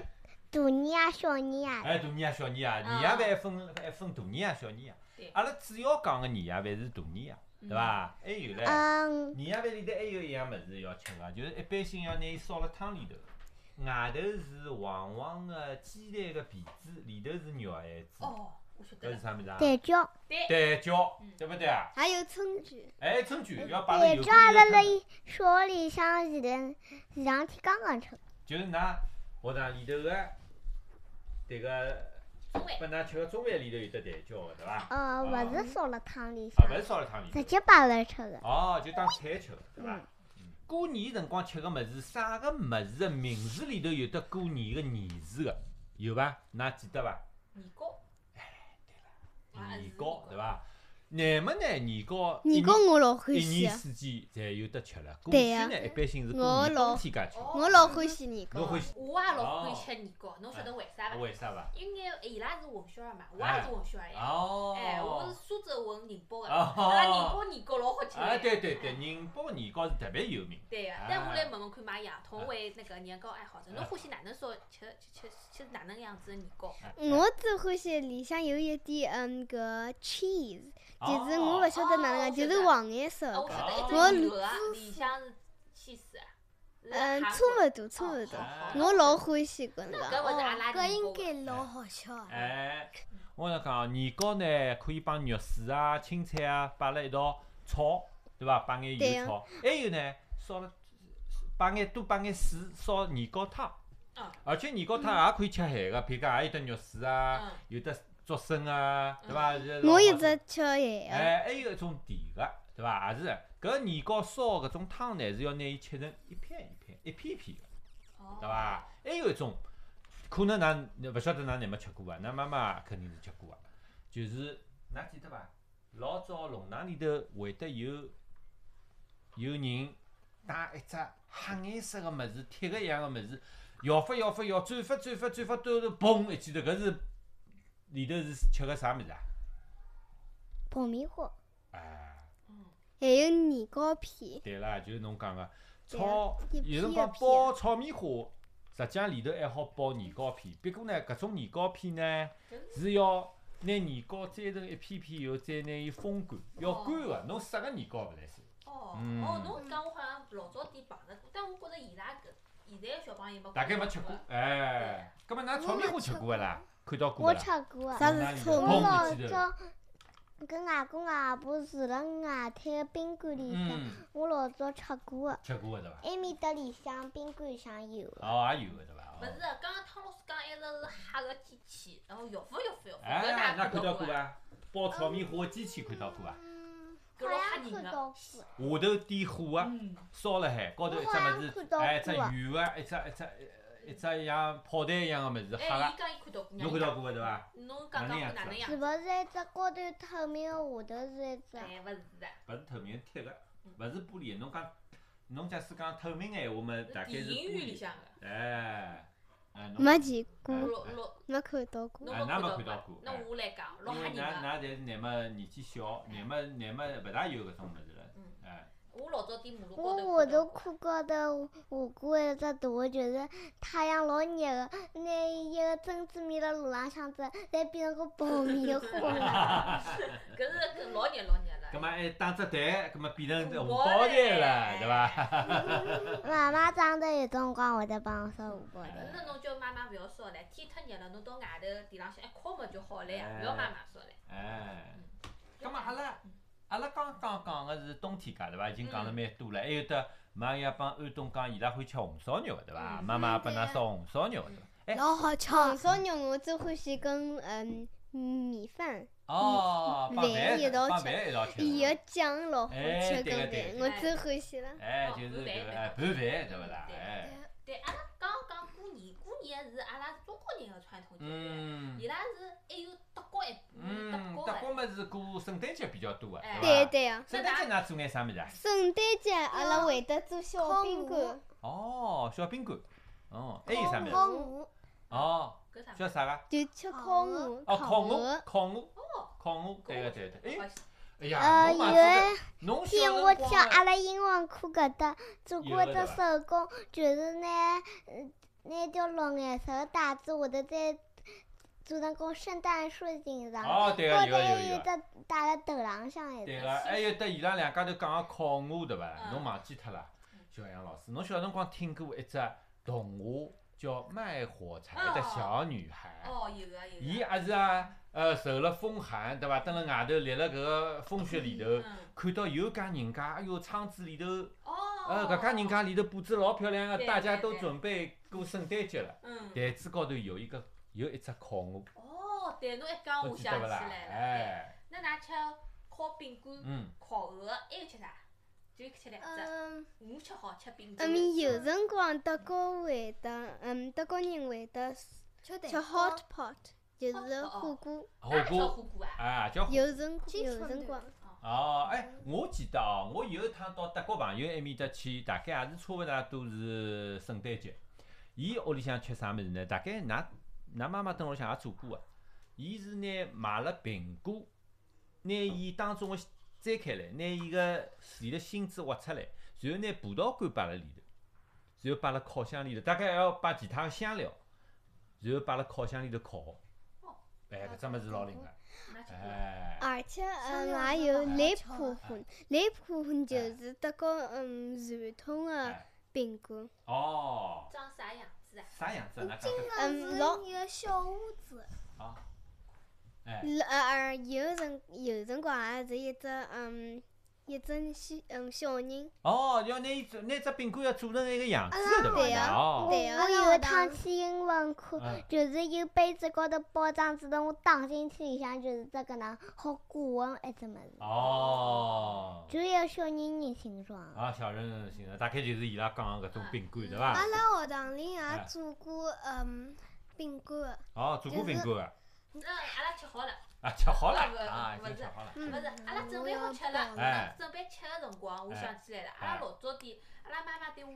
Speaker 5: 大年啊、小年啊，
Speaker 3: 哎，大年夜、小年夜，年夜饭还分还分大年夜、小年夜
Speaker 1: 嗯对。
Speaker 3: 阿拉主要讲个年夜饭是大年夜，对伐？还有嘞，
Speaker 5: 嗯，
Speaker 3: 年夜饭里头还有一样物事要吃个，就是一般性要拿伊烧辣汤里头，外头是黄黄个鸡蛋个皮子，里头是肉馅子，
Speaker 1: 哦，我晓得
Speaker 3: 搿是
Speaker 1: 了，
Speaker 3: 啥物事啊？
Speaker 5: 蛋饺，
Speaker 1: 对，
Speaker 3: 蛋饺
Speaker 1: 嗯，
Speaker 3: 对勿对啊？
Speaker 2: 还有春卷，
Speaker 3: 哎，春卷要摆
Speaker 5: 嗯
Speaker 3: 辣
Speaker 5: 蛋
Speaker 3: 油
Speaker 5: 饺阿拉
Speaker 3: 边
Speaker 5: 辣
Speaker 3: 头
Speaker 5: 小学里向前头前两天刚刚吃的，
Speaker 3: 就是㑚学堂里头个迭个
Speaker 1: 中饭，
Speaker 3: 拨㑚吃个中饭里头有得蛋饺个，对伐？
Speaker 5: 呃，勿
Speaker 3: 哦
Speaker 5: 是烧辣汤里
Speaker 3: 啊
Speaker 5: 向，，
Speaker 3: 勿是烧辣汤里头
Speaker 5: 直。接摆辣吃的。
Speaker 3: 哦，就当菜吃，对
Speaker 2: 嗯
Speaker 3: 伐？过年辰光吃个物事，啥个物事的名字里头有得过年个年字个，有伐？㑚记得伐？
Speaker 1: 年糕，哎，对
Speaker 3: 年糕
Speaker 1: 了，
Speaker 3: 对伐？乃么呢？年糕，
Speaker 2: 年糕我老欢
Speaker 3: 一年一
Speaker 2: 喜啊
Speaker 3: 年
Speaker 2: 的，
Speaker 3: 四季侪有得吃了。过
Speaker 2: 对
Speaker 3: 去
Speaker 2: 呀
Speaker 3: 呢，一般性是
Speaker 2: 我
Speaker 3: 过年
Speaker 2: 老
Speaker 3: 冬天介吃。
Speaker 1: 哦
Speaker 2: 我老欢喜年糕
Speaker 3: 侬
Speaker 2: 的。
Speaker 3: 欢喜？
Speaker 1: 我也老欢喜吃年
Speaker 3: 哦
Speaker 1: 糕，侬晓得为啥伐？
Speaker 3: 为啥伐？
Speaker 1: 因为伊拉是混血儿嘛，我也是混血儿呀。
Speaker 3: 哎哦，
Speaker 1: 哎，我是苏州混宁波的，
Speaker 3: 哦
Speaker 1: 阿拉宁波年糕老好吃
Speaker 3: 啊，
Speaker 1: 的。
Speaker 3: 对对对，宁波年糕是特别有名。
Speaker 1: 对个
Speaker 3: 啊，
Speaker 1: 但我来问问看，买爷同为那个年糕爱
Speaker 3: 哎
Speaker 1: 好者，侬欢喜哪能烧吃吃吃吃哪能样子的年糕？
Speaker 2: 我最欢喜里向有一点嗯搿 cheese，就是我勿
Speaker 3: 哦
Speaker 2: 晓得哪能
Speaker 1: 哦
Speaker 2: 个，就
Speaker 1: 晓
Speaker 2: 是
Speaker 1: 得
Speaker 2: 黄颜色
Speaker 1: 啊，我
Speaker 2: 的，
Speaker 1: 晓得一
Speaker 2: 我
Speaker 1: 只牛啊，里向是气死啊。是
Speaker 2: 嗯，
Speaker 1: 韩
Speaker 2: 差
Speaker 1: 国
Speaker 2: 勿多，差勿多。
Speaker 1: 哦
Speaker 2: 我老欢喜搿能
Speaker 1: 搿
Speaker 2: 个，
Speaker 1: 勿是阿拉
Speaker 4: 搿
Speaker 1: 宁波
Speaker 4: 应该
Speaker 1: 的
Speaker 4: 老好吃的。
Speaker 3: 哎，我跟侬讲，年糕呢可以帮肉丝啊、青菜啊摆辣一道炒，对伐？摆眼
Speaker 2: 对啊
Speaker 3: 油
Speaker 2: 呀
Speaker 3: 炒，还有呢烧了摆眼多摆眼水烧年糕汤
Speaker 1: 嗯。
Speaker 3: 而且年糕汤也可以吃咸个，譬如讲也有得肉丝啊，
Speaker 1: 嗯
Speaker 3: 有得竹笋啊，对伐？是老
Speaker 2: 我一
Speaker 3: 好
Speaker 2: 直吃咸个。
Speaker 3: 哎，还有一种甜个，对伐？也是搿年糕烧搿种汤呢，是要拿伊切成一片一片、一片一片个。
Speaker 1: 哦
Speaker 3: 对伐？还有一种，可能㑚你勿晓得㑚乃没吃过啊，㑚妈妈肯定是吃过啊。就是㑚记得伐？老早弄堂里头会得有有人带一只黑颜色个物事，铁个一样个物事，摇法摇法摇，转法转法转法，最后头嘣一记头，搿是里头是吃个啥物事啊？
Speaker 5: 爆米花，
Speaker 3: 哎，
Speaker 1: 哦嗯
Speaker 2: 还有年糕片，
Speaker 3: 对啦，就是侬讲个
Speaker 2: 对啊
Speaker 3: 炒，
Speaker 2: 一
Speaker 3: 有辰光
Speaker 2: 片一片
Speaker 3: 包炒米花，实际上里头还好包年糕片。不过呢，搿种年糕片呢是要拿年糕摘成一片片以后，再拿伊风干，要
Speaker 1: 哦
Speaker 3: 干个，侬湿个年糕勿来塞。
Speaker 1: 哦
Speaker 3: 嗯
Speaker 1: 哦，侬讲我好像老早点碰着过，但我觉着伊拉搿现在的小朋友
Speaker 2: 哦
Speaker 1: 没
Speaker 3: 大概没吃
Speaker 1: 啊
Speaker 3: 过，
Speaker 2: 啊
Speaker 3: 哎，搿么㑚炒米花吃过个啦？看到过
Speaker 5: 我
Speaker 3: 个啦？
Speaker 5: 吃过啊。
Speaker 2: 啥
Speaker 3: 哪里
Speaker 2: 是
Speaker 3: 有
Speaker 2: 炒
Speaker 5: 我
Speaker 3: 碰
Speaker 2: 米？
Speaker 5: 老
Speaker 3: 碰见的
Speaker 5: 早跟外公啊外婆住辣外滩个宾馆里向，
Speaker 3: 嗯，
Speaker 5: 我老早吃过个，
Speaker 3: 吃过个对伐？
Speaker 5: 埃面搭里向宾馆向有个。
Speaker 3: 哦，也有个对伐？
Speaker 1: 勿是
Speaker 3: 哦，
Speaker 1: 刚刚汤老师讲一直是黑个机器，然后摇晃摇晃摇晃，搿
Speaker 3: 哎，㑚
Speaker 1: 哪
Speaker 3: 看到过
Speaker 1: 过啊？
Speaker 3: 伐？包炒米花个机器看到过伐？啊
Speaker 5: 嗯，
Speaker 1: 搿
Speaker 5: 好
Speaker 1: 老吓
Speaker 5: 像
Speaker 1: 人
Speaker 5: 看
Speaker 1: 的
Speaker 5: 到过。
Speaker 3: 下头点火个。
Speaker 1: 嗯，
Speaker 3: 烧了海，高头一只
Speaker 5: 我好像
Speaker 3: 物
Speaker 5: 看
Speaker 3: 事，
Speaker 5: 到
Speaker 3: 哎，一只
Speaker 5: 过啊
Speaker 3: 圆个，一只一只一只像炮弹一样个物事，黑
Speaker 1: 哎，伊，
Speaker 3: 个
Speaker 1: 讲伊看到过，
Speaker 3: 侬看到过个对伐？
Speaker 1: 侬讲讲看哪能样
Speaker 5: 是
Speaker 1: 子？
Speaker 5: 勿是一只高头透明个，下头是一只？
Speaker 2: 啊
Speaker 1: 哎，勿是的，
Speaker 3: 勿是透明铁个
Speaker 1: 嗯，
Speaker 3: 勿是玻璃的。侬讲，侬假使讲透明个闲话嘛，大概
Speaker 1: 电
Speaker 3: 是
Speaker 1: 影
Speaker 3: 玻
Speaker 1: 院里
Speaker 3: 璃。
Speaker 1: 向个，
Speaker 3: 哎，哎，侬
Speaker 2: 没见
Speaker 3: 哎
Speaker 2: 过，
Speaker 1: 老老
Speaker 2: 没看到过。
Speaker 1: 侬
Speaker 3: 哎
Speaker 1: 没
Speaker 3: 那没
Speaker 1: 看
Speaker 3: 看到
Speaker 1: 到
Speaker 3: 过
Speaker 1: 那
Speaker 3: 哎
Speaker 1: 我来讲，老吓
Speaker 3: 因为
Speaker 1: 人
Speaker 3: 㑚
Speaker 1: 个。
Speaker 3: 㑚侪是乃么年纪小，乃么乃么勿大有搿种物事了
Speaker 1: 嗯。
Speaker 3: 哎，
Speaker 1: 我老早点马路高
Speaker 5: 我
Speaker 1: 头
Speaker 5: 下头
Speaker 1: 看到。
Speaker 5: 看高头下过一只大个，就是太阳老热个，拿一个榛子面辣路浪向走，侪变成个爆米花了。
Speaker 1: 搿是搿老热老热
Speaker 3: 葛
Speaker 1: 了。
Speaker 3: 末还打只蛋，葛末变成
Speaker 1: 红
Speaker 3: 红
Speaker 1: 包
Speaker 3: 包蛋了，
Speaker 1: 蛋
Speaker 3: 对伐？
Speaker 5: 妈妈长大有辰光会得帮我烧红包的。
Speaker 1: 那侬叫妈妈勿要烧唻，天太热了，侬到外头地浪向一敲么就好了呀，
Speaker 3: 哎
Speaker 1: 勿要妈妈烧唻。
Speaker 3: 哎。咁么阿拉阿拉刚刚讲个是冬天介对伐？已经讲了
Speaker 1: 嗯嗯
Speaker 3: 蛮多了，还有得妈也帮安东讲伊拉会吃红烧肉个对伐？
Speaker 1: 嗯
Speaker 3: 妈妈
Speaker 4: 嗯
Speaker 3: 帮
Speaker 4: 对
Speaker 3: 㑚
Speaker 4: 呀
Speaker 3: 烧红烧肉个对伐？哎，
Speaker 4: 老好吃。
Speaker 2: 红烧肉我最欢喜跟嗯米饭，
Speaker 3: 哦，帮
Speaker 2: 饭
Speaker 3: 饭
Speaker 2: 一道
Speaker 3: 帮
Speaker 2: 吃
Speaker 3: 饭一道吃
Speaker 2: 伊
Speaker 3: 的
Speaker 2: 个
Speaker 3: 嘛。
Speaker 2: 酱老好
Speaker 3: 哎
Speaker 2: 吃，
Speaker 3: 对
Speaker 2: 跟
Speaker 3: 个
Speaker 2: 饭
Speaker 3: 对
Speaker 1: 个
Speaker 2: 我
Speaker 1: 对
Speaker 2: 最欢喜了。
Speaker 3: 哎
Speaker 1: 哦，
Speaker 3: 就是
Speaker 1: 拌
Speaker 3: 搿
Speaker 1: 饭
Speaker 3: 个哎，拌饭对勿啦？
Speaker 1: 对
Speaker 3: 哎，
Speaker 1: 对，阿拉刚刚讲过年，过年是阿拉中国人的传统节日，
Speaker 3: 嗯
Speaker 1: 伊拉是还有德国一部
Speaker 3: 嗯，
Speaker 1: 德国
Speaker 3: 德
Speaker 1: 的，
Speaker 3: 国么是过圣诞节比较多
Speaker 1: 哎
Speaker 3: 啊，
Speaker 2: 对
Speaker 3: 伐？
Speaker 2: 对啊，
Speaker 3: 圣诞节㑚做眼啥物事啊？
Speaker 2: 圣诞节阿拉会得做小
Speaker 4: 烤
Speaker 2: 饼干
Speaker 4: 鹅，
Speaker 3: 哦，小宾馆，哦，还有啥物事？
Speaker 4: 烤鹅，
Speaker 3: 哦，
Speaker 1: 搿啥物
Speaker 3: 叫
Speaker 1: 事？
Speaker 3: 啥个？
Speaker 2: 就吃烤
Speaker 4: 烤鹅
Speaker 2: 鹅、
Speaker 3: 哦，烤
Speaker 2: 鹅
Speaker 3: 鹅，。烤鹅，
Speaker 1: 哦，
Speaker 3: 烤鹅，对个对个对个。哎，哎呀，
Speaker 5: 呃，
Speaker 3: 侬嘛
Speaker 5: 有一
Speaker 3: 真的，侬小
Speaker 5: 天
Speaker 3: 辰
Speaker 5: 我
Speaker 3: 光
Speaker 5: 去
Speaker 3: 啊
Speaker 5: 阿拉英文课搿搭做
Speaker 3: 有
Speaker 5: 过
Speaker 3: 的
Speaker 5: 只
Speaker 3: 对
Speaker 5: 手工，就是拿呃拿条绿颜色的带子，会得再做成跟圣诞树形状，
Speaker 3: 哦，对个
Speaker 5: 或
Speaker 3: 有个
Speaker 5: 者
Speaker 3: 有
Speaker 5: 有
Speaker 3: 个。
Speaker 5: 的戴辣头浪向一
Speaker 3: 对
Speaker 5: 个。
Speaker 3: 个，还有得伊拉两家头讲个烤鹅对伐？
Speaker 1: 嗯
Speaker 3: 侬忘记脱了，小杨老师，侬小辰光听过一只童话叫《卖火柴的小女孩》。
Speaker 1: 哦，有个有
Speaker 3: 哎
Speaker 1: 个，
Speaker 3: 伊也是啊，呃，受了风寒，对伐？蹲辣外头，立辣搿个风雪里头，
Speaker 1: 嗯，
Speaker 3: 看到有家人家，哎哟，窗子里头，
Speaker 1: 哦，
Speaker 3: 呃，搿家人家里头布置老漂亮个，
Speaker 1: 对
Speaker 3: 大家
Speaker 1: 对
Speaker 3: 都
Speaker 1: 对
Speaker 3: 准备过圣诞节了。
Speaker 1: 嗯，
Speaker 3: 台子高头有一个，有一只烤鹅，
Speaker 1: 哦，对，侬一讲
Speaker 3: 侬
Speaker 1: 我
Speaker 3: 记得
Speaker 1: 想
Speaker 3: 勿
Speaker 1: 起
Speaker 3: 啦？
Speaker 1: 来了，
Speaker 3: 哎，
Speaker 1: 对，那㑚吃烤饼干、
Speaker 3: 嗯，
Speaker 1: 烤鹅，还有吃啥？就吃两只，
Speaker 4: 嗯，
Speaker 1: 我吃好吃饼干，
Speaker 2: 嗯，呃有辰光德国会得，嗯，德国人会得
Speaker 4: 吃蛋
Speaker 2: 吃
Speaker 4: 糕
Speaker 2: hot pot，就是
Speaker 1: 哦哦
Speaker 2: 火锅。
Speaker 3: 火
Speaker 1: 那吃
Speaker 3: 锅
Speaker 1: 火锅啊？
Speaker 3: 啊，叫火
Speaker 2: 有辰
Speaker 4: 鸡
Speaker 2: 有
Speaker 4: 粉
Speaker 2: 辰
Speaker 4: 对
Speaker 2: 光，
Speaker 3: 哦，哎，我记得哦，我有一趟到德国朋友埃面搭去，大概也是差勿大都是圣诞节。伊屋里向吃啥物事呢？大概㑚㑚妈妈等屋里向也做过个。啊伊是拿买了苹果，拿伊当中个摘开来，拿伊个里头芯子挖出来，然后拿葡萄干摆辣里头，然后摆辣烤箱里头，大概还要摆其他个香料，然后摆辣烤箱里头烤
Speaker 1: 哦。
Speaker 3: 哎，搿只物事老灵个，
Speaker 1: 㑚吃过伐？
Speaker 3: 哎，
Speaker 2: 而且
Speaker 4: 香料
Speaker 2: 嗯也
Speaker 4: 是老
Speaker 2: 有
Speaker 4: 好
Speaker 2: l e b
Speaker 4: 吃
Speaker 2: k
Speaker 4: 的
Speaker 2: u c h e n l e b k u c h e n 就是德国嗯传统的
Speaker 3: 哎
Speaker 2: 饼干，
Speaker 3: 哦。
Speaker 1: 长啥样子啊？
Speaker 3: 啥样子啊？㑚讲
Speaker 4: 经
Speaker 3: 得
Speaker 4: 常
Speaker 2: 嗯
Speaker 4: 是
Speaker 2: 老
Speaker 4: 一个小屋子，
Speaker 3: 啊？哎，
Speaker 2: 呃而有辰有辰光也是一只嗯一只小嗯小人，
Speaker 3: 哦，要拿伊做拿只饼干要做成一个样子的，对
Speaker 2: 对
Speaker 3: 伐？
Speaker 2: 呀
Speaker 5: 我
Speaker 3: 哦，
Speaker 2: 对啊
Speaker 5: 我有一趟去英文课
Speaker 3: 嗯，
Speaker 5: 就是有杯子高头包装纸的，我打进去里向就是这个能好哎滚的一只物事，
Speaker 3: 哦，
Speaker 5: 只有小人人形状。
Speaker 3: 啊，小人行了，大概就是伊拉讲的搿种饼干，对
Speaker 4: 阿
Speaker 2: 啊嗯
Speaker 3: 伐？
Speaker 4: 拉学堂里
Speaker 3: 哎
Speaker 4: 也做过嗯饼干，
Speaker 3: 哦，做过饼干啊，
Speaker 1: 那阿拉吃好了，
Speaker 3: 啊，吃好了，
Speaker 1: 不
Speaker 3: 啊，已
Speaker 1: 不
Speaker 3: 经
Speaker 1: 是
Speaker 3: 吃好了，
Speaker 2: 嗯
Speaker 1: 勿是，阿拉准备好吃
Speaker 4: 嗯
Speaker 3: 哎
Speaker 1: 了，准备吃的辰光，我
Speaker 3: 哎
Speaker 1: 想起来了，阿
Speaker 3: 哎
Speaker 1: 拉老早点，阿拉妈妈对我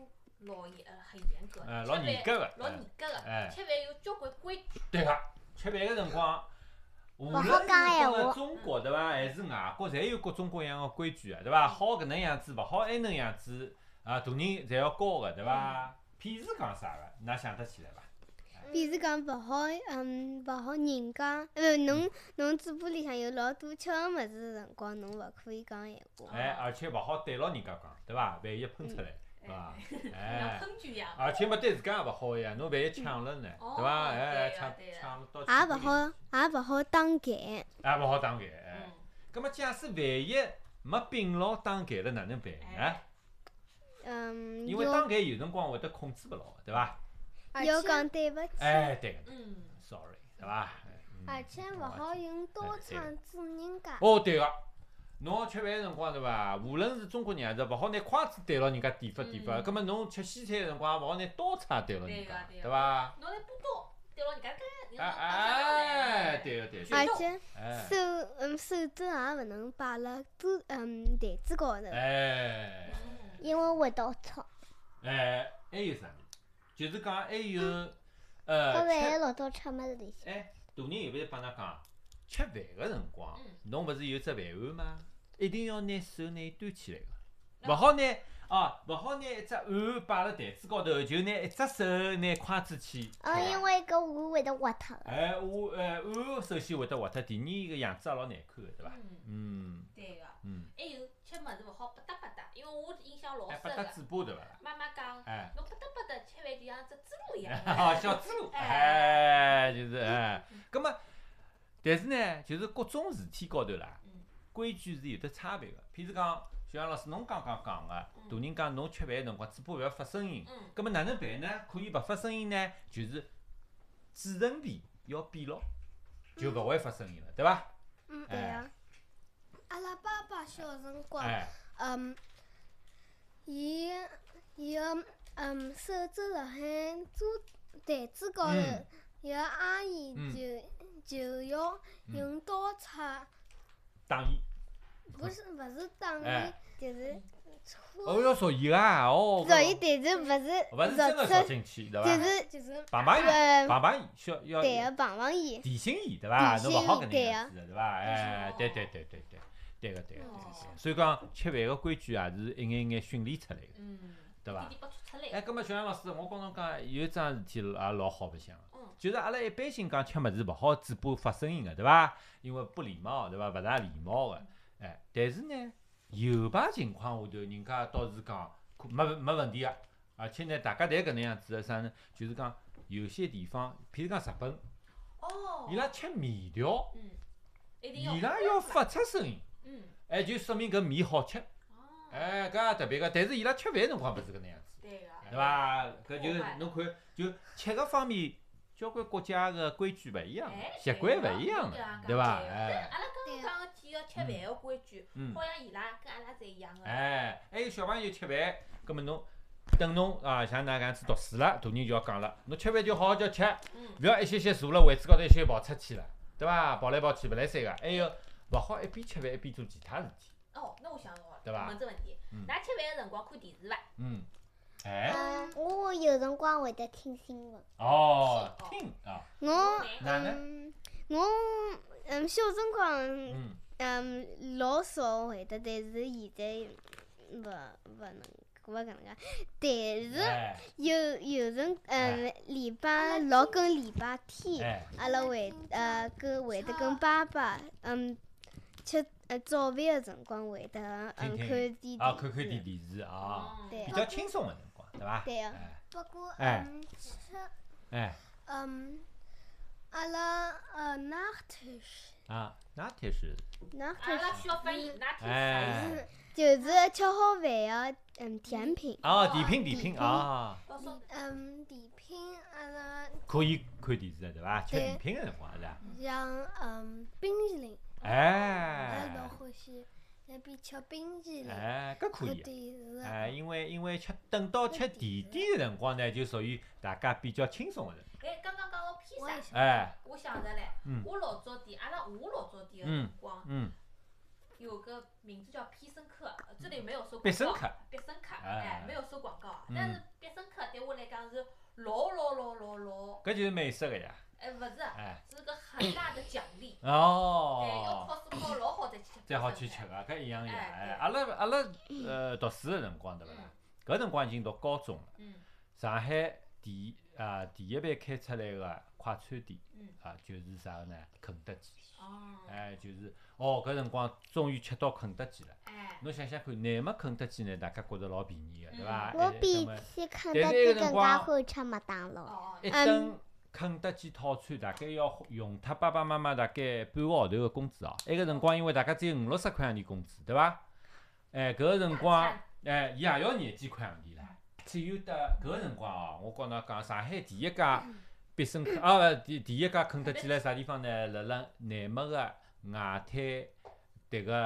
Speaker 1: 老严，呃，很严格，
Speaker 3: 哎，
Speaker 1: 吃
Speaker 3: 老
Speaker 1: 饭
Speaker 3: 严格的，
Speaker 1: 老
Speaker 3: 哎
Speaker 1: 严格
Speaker 3: 哎
Speaker 1: 的，吃饭有交关规矩，
Speaker 3: 对个，吃饭个辰光。无
Speaker 5: 不好
Speaker 3: 论是
Speaker 5: 讲闲
Speaker 3: 蹲辣
Speaker 5: 话
Speaker 3: 中国对伐，还是外国，侪有各种各样的规矩个，对伐？好搿能样子，勿好埃能样子，啊，大人侪要教个，对伐？譬如讲啥个，㑚想得起来伐？
Speaker 2: 比如讲勿好嗯勿好人家，呃侬侬嘴巴里向有老多吃的物事的辰光，侬勿可以讲闲话。
Speaker 5: 哦
Speaker 3: 哎，而且勿好对牢人家讲，对伐？万一喷出来，对伐
Speaker 1: 哎，？ [LAUGHS] 像
Speaker 3: 哎，
Speaker 1: 喷酒一样。
Speaker 3: 而且嘛对自家也勿好呀，侬万一呛了呢，
Speaker 1: 哦
Speaker 3: 对伐？哎，
Speaker 1: 对呀
Speaker 3: 呛
Speaker 1: 对呀
Speaker 3: 呛了到
Speaker 2: 也
Speaker 3: 不
Speaker 2: 勿好，，也勿好打嗝。
Speaker 3: 也勿好打嗝。哎
Speaker 1: 嗯，，
Speaker 3: 葛末假使万一没病牢打嗝了，哪能办呢？
Speaker 1: 哎
Speaker 2: 嗯，
Speaker 3: 因为
Speaker 2: 要
Speaker 3: 打嗝有辰光会得控制勿牢，对伐？
Speaker 4: 而
Speaker 2: 要
Speaker 4: 且
Speaker 2: 讲对勿起。
Speaker 3: 哎，对个
Speaker 1: 嗯，
Speaker 3: ，sorry，对伐？哎
Speaker 4: 而
Speaker 3: 嗯
Speaker 4: 且勿好用刀
Speaker 3: 哎对
Speaker 4: 叉子人家，
Speaker 3: 哦，对个。侬吃饭个辰光对伐？无论是中国人还是勿好拿筷子对牢人家点法点法，
Speaker 1: 嗯
Speaker 3: 葛末侬吃西餐个辰光也勿好拿刀叉对牢人
Speaker 1: 对
Speaker 3: 家
Speaker 1: 个，对
Speaker 3: 对
Speaker 1: 个
Speaker 3: 伐？
Speaker 1: 拿来把刀对牢人家根，
Speaker 3: 哎
Speaker 1: 然后
Speaker 3: 哎，对个对个，
Speaker 2: 而且
Speaker 3: 哎
Speaker 2: 手嗯手肘也勿能摆辣桌嗯台子高头。
Speaker 3: 哎
Speaker 1: 嗯
Speaker 5: 因为味道臭，
Speaker 3: 哎，还有啥？就是讲还有
Speaker 5: 搿
Speaker 3: 呃，
Speaker 5: 万一
Speaker 3: 吃
Speaker 5: 落到吃物事里向，
Speaker 3: 哎，大人有勿有帮㑚讲，吃饭个辰光
Speaker 1: 嗯，
Speaker 3: 侬勿是有只饭碗吗？一定要拿手拿伊端起来个，勿好拿啊，勿好拿一只碗摆辣台子高头，就拿一只手拿筷子去。
Speaker 5: 哦，因为搿我会得挖脱的。
Speaker 3: 哎，我哎碗首先会得滑脱，第二个样子也老难看个，对伐？
Speaker 1: 嗯，
Speaker 3: 嗯
Speaker 1: 对个。
Speaker 3: 嗯，
Speaker 1: 还有吃物事勿好吧嗒吧嗒，因为我印象老
Speaker 3: 哎，
Speaker 1: 深
Speaker 3: 拨搭
Speaker 1: 个。
Speaker 3: 嘴巴对伐？
Speaker 1: 妈妈讲，
Speaker 3: 哎。。
Speaker 1: 侬吧嗒吧嗒吃饭就像只猪猡一样
Speaker 3: 哦，小猪猡，哎，就是哎，葛么，但是呢，就是各种事体高头啦
Speaker 1: 嗯，
Speaker 3: 规矩是有得差别个。譬如讲，小杨老师，侬刚刚讲个，大人讲侬吃饭个辰光，嘴巴勿要发声音，
Speaker 1: 嗯，
Speaker 3: 葛么哪能办呢？可以勿发声音呢？就是嘴唇皮要闭牢，就勿会发生意了，对伐？
Speaker 4: 嗯
Speaker 2: 对啊
Speaker 3: 哎
Speaker 2: 个，
Speaker 4: 阿拉爸爸小辰光，
Speaker 3: 哎，
Speaker 4: 嗯，伊伊个嗯手指辣海桌台子高头
Speaker 3: 嗯，
Speaker 4: 伊个阿姨
Speaker 3: 嗯
Speaker 4: 就就要
Speaker 3: 嗯
Speaker 4: 用刀叉，
Speaker 3: 打伊，
Speaker 4: 不是勿是打伊
Speaker 3: 哎，
Speaker 4: 就是
Speaker 3: 哦
Speaker 4: 戳，
Speaker 3: 要戳伊啊，哦，
Speaker 2: 所以但是勿
Speaker 3: 勿
Speaker 2: 是
Speaker 3: 是真
Speaker 2: 弱
Speaker 3: 个戳
Speaker 2: 出，
Speaker 3: 进去，对
Speaker 2: 就
Speaker 3: 伐？
Speaker 2: 是
Speaker 4: 就是
Speaker 3: 碰碰伊，
Speaker 2: 呃
Speaker 3: 碰碰伊，需要
Speaker 2: 对
Speaker 3: 要
Speaker 2: 个棒棒
Speaker 1: 哎
Speaker 2: 伊，
Speaker 3: 提醒伊，对伐？
Speaker 2: 提
Speaker 3: 侬
Speaker 2: 醒
Speaker 3: 勿好
Speaker 2: 伊
Speaker 3: 搿能
Speaker 2: 对
Speaker 3: 样
Speaker 2: 个
Speaker 3: 子的，对伐？哎
Speaker 1: 啊哦，
Speaker 3: 对对对对对，对个对个对个
Speaker 1: 哦。
Speaker 3: 所以讲吃饭个规矩也是一眼眼训练出来个，
Speaker 1: 嗯，
Speaker 3: 对伐
Speaker 1: 一？点拨出出
Speaker 3: 哎，
Speaker 1: 来，
Speaker 3: 葛末小杨老师，我跟侬讲有一桩事体也老好白相的
Speaker 1: 嗯，
Speaker 3: 就是阿拉一般性讲吃物事勿好嘴巴发声音个，对伐？因为不礼貌，对伐？勿大礼貌个，
Speaker 1: 嗯
Speaker 3: 哎，但是呢，有排情况下头，人家倒是讲可没没问题个，啊而且呢，大家侪搿能样子个啥呢？就是讲有些地方，譬如讲日本，
Speaker 1: 哦
Speaker 3: 伊，拉吃面条，
Speaker 1: 嗯，一定要，
Speaker 3: 伊拉嗯要，发出声音， [LAUGHS]
Speaker 1: 嗯，
Speaker 3: 哎，就说明搿面好吃，
Speaker 1: 哦，
Speaker 3: 哎，搿也特别个。但是伊拉吃饭辰光勿是搿能样子。
Speaker 1: 对个，
Speaker 3: 对？伐？搿就
Speaker 1: 破坏
Speaker 3: 是侬看，就吃搿方面，交关国家个规矩勿一样
Speaker 1: 哎，
Speaker 3: 习惯勿一样
Speaker 1: 对
Speaker 3: 的
Speaker 1: 啊，
Speaker 3: 对伐？
Speaker 1: 对啊
Speaker 3: 哎，
Speaker 1: 阿拉刚刚讲个几个吃饭个规矩，
Speaker 3: 嗯
Speaker 1: 好，像伊拉跟阿拉侪一样个。
Speaker 3: 哎，还有小朋友吃饭，葛末侬等侬啊，像㑚搿样子读书了，大人就要讲了，侬吃饭就好好叫吃，
Speaker 1: 嗯，
Speaker 3: 勿要一歇歇坐辣位置高头一歇跑出去了，对伐？跑来跑去勿来三个，还有勿好一边吃饭一边做其他事体，
Speaker 1: 哦，那我想到了，
Speaker 3: 对吧
Speaker 1: 问只问题
Speaker 3: 嗯，
Speaker 1: 㑚吃饭个辰光看电视伐？
Speaker 3: 嗯，哎，
Speaker 5: 嗯，我有辰光会得听新闻，
Speaker 3: 哦，听
Speaker 4: 哦
Speaker 3: 啊，
Speaker 2: 我
Speaker 1: 嗯
Speaker 3: 哪能？
Speaker 2: 嗯我嗯小辰光
Speaker 3: 嗯，
Speaker 2: 嗯老少会得，但是现在勿勿能勿搿能介，但是
Speaker 3: 哎，
Speaker 2: 有有辰嗯
Speaker 3: 哎
Speaker 2: 礼拜六跟礼拜天，
Speaker 3: 哎，
Speaker 2: 阿拉会呃跟会得跟爸爸嗯吃呃早饭个辰光会得嗯
Speaker 3: 听听啊，
Speaker 2: 看电视，
Speaker 3: 看看电电视啊。
Speaker 1: 哦
Speaker 2: 对
Speaker 3: 比较轻松个辰光，对伐？
Speaker 2: 对个，啊
Speaker 3: 哎
Speaker 4: 不过
Speaker 3: 哎
Speaker 4: 嗯吃
Speaker 3: 哎
Speaker 4: 嗯阿拉呃 Nachtisch，
Speaker 3: 啊，那天是
Speaker 2: 那
Speaker 1: 阿拉需要翻
Speaker 4: 嗯
Speaker 1: 译，㑚听啥意思？
Speaker 3: 哎
Speaker 2: 就是吃好饭个嗯甜品。
Speaker 3: 哦，点评点评啊，
Speaker 1: 告诉我
Speaker 4: 嗯呃点评阿拉
Speaker 3: 可以看电视的对哦伐？吃
Speaker 4: 对
Speaker 3: 点评个辰光是吧？
Speaker 4: 像嗯冰淇淋，阿拉老
Speaker 3: 哎
Speaker 4: 欢喜那边吃冰淇淋，
Speaker 3: 哎，搿可
Speaker 4: 看
Speaker 3: 以。
Speaker 4: 电视，
Speaker 3: 哎，因为因为吃等到吃甜点的辰光呢，就属于大家比较轻松的辰
Speaker 1: 哎，刚刚讲到披
Speaker 4: 我也
Speaker 1: 萨，
Speaker 4: 是。
Speaker 3: 光。哎，
Speaker 1: 我想着嘞
Speaker 3: 嗯，
Speaker 1: 我老早点，阿拉我老早点个辰光，
Speaker 3: 嗯，
Speaker 1: 有个名字叫必胜客，呃这里没有收
Speaker 3: 必
Speaker 1: 广
Speaker 3: 胜
Speaker 1: 告
Speaker 3: 客，
Speaker 1: 必胜客，
Speaker 3: 哎
Speaker 1: 哎，没有收广告啊，
Speaker 3: 嗯
Speaker 1: 但是必胜客对我来讲是老老老老老，
Speaker 3: 搿就是美式个呀。
Speaker 1: 哎，不是，
Speaker 3: 哎，
Speaker 1: 是个很大的奖励，哎，要
Speaker 3: 哦，
Speaker 1: 考试考老好再去吃，
Speaker 3: 再好去
Speaker 1: [LAUGHS]
Speaker 3: 吃，个，搿一样一样。
Speaker 1: 哎嗯
Speaker 3: 哎
Speaker 1: 对，
Speaker 3: 阿拉阿拉呃读书的辰光对勿啦？搿辰光已经读高中了。
Speaker 1: 嗯
Speaker 3: 上海第一啊第一班开出来个快餐店
Speaker 1: 嗯，
Speaker 3: 啊，就是啥个呢？肯德基。
Speaker 1: 哦，
Speaker 3: 哎，就是哦，搿辰光终于吃到肯德基了。
Speaker 1: 哎，
Speaker 3: 侬想想看，乃末肯德基呢，大家觉着老便宜个，对伐？
Speaker 1: 嗯
Speaker 5: 我
Speaker 3: 哎
Speaker 5: 比
Speaker 3: 葛末
Speaker 5: 起肯德
Speaker 3: 但是
Speaker 5: 基
Speaker 3: 那个
Speaker 5: 更
Speaker 3: 辰
Speaker 5: 加
Speaker 3: 光
Speaker 5: 欢喜吃麦当劳。
Speaker 1: 哦，
Speaker 4: 哎
Speaker 3: 一
Speaker 2: 嗯
Speaker 3: 顿肯德基套餐大概要用脱爸爸妈妈大概半个号头个工资哦。埃个辰光，因为大家只有五六十块洋钿工资，对伐？哎，搿个辰光
Speaker 1: 大餐，
Speaker 3: 哎，伊也要廿几块洋钿唻。只有得搿个辰光哦，我告㑚讲，上海第一家
Speaker 1: 嗯
Speaker 3: 必胜客啊，勿第第一家肯德基辣啥地方呢？辣辣内蒙个外滩迭个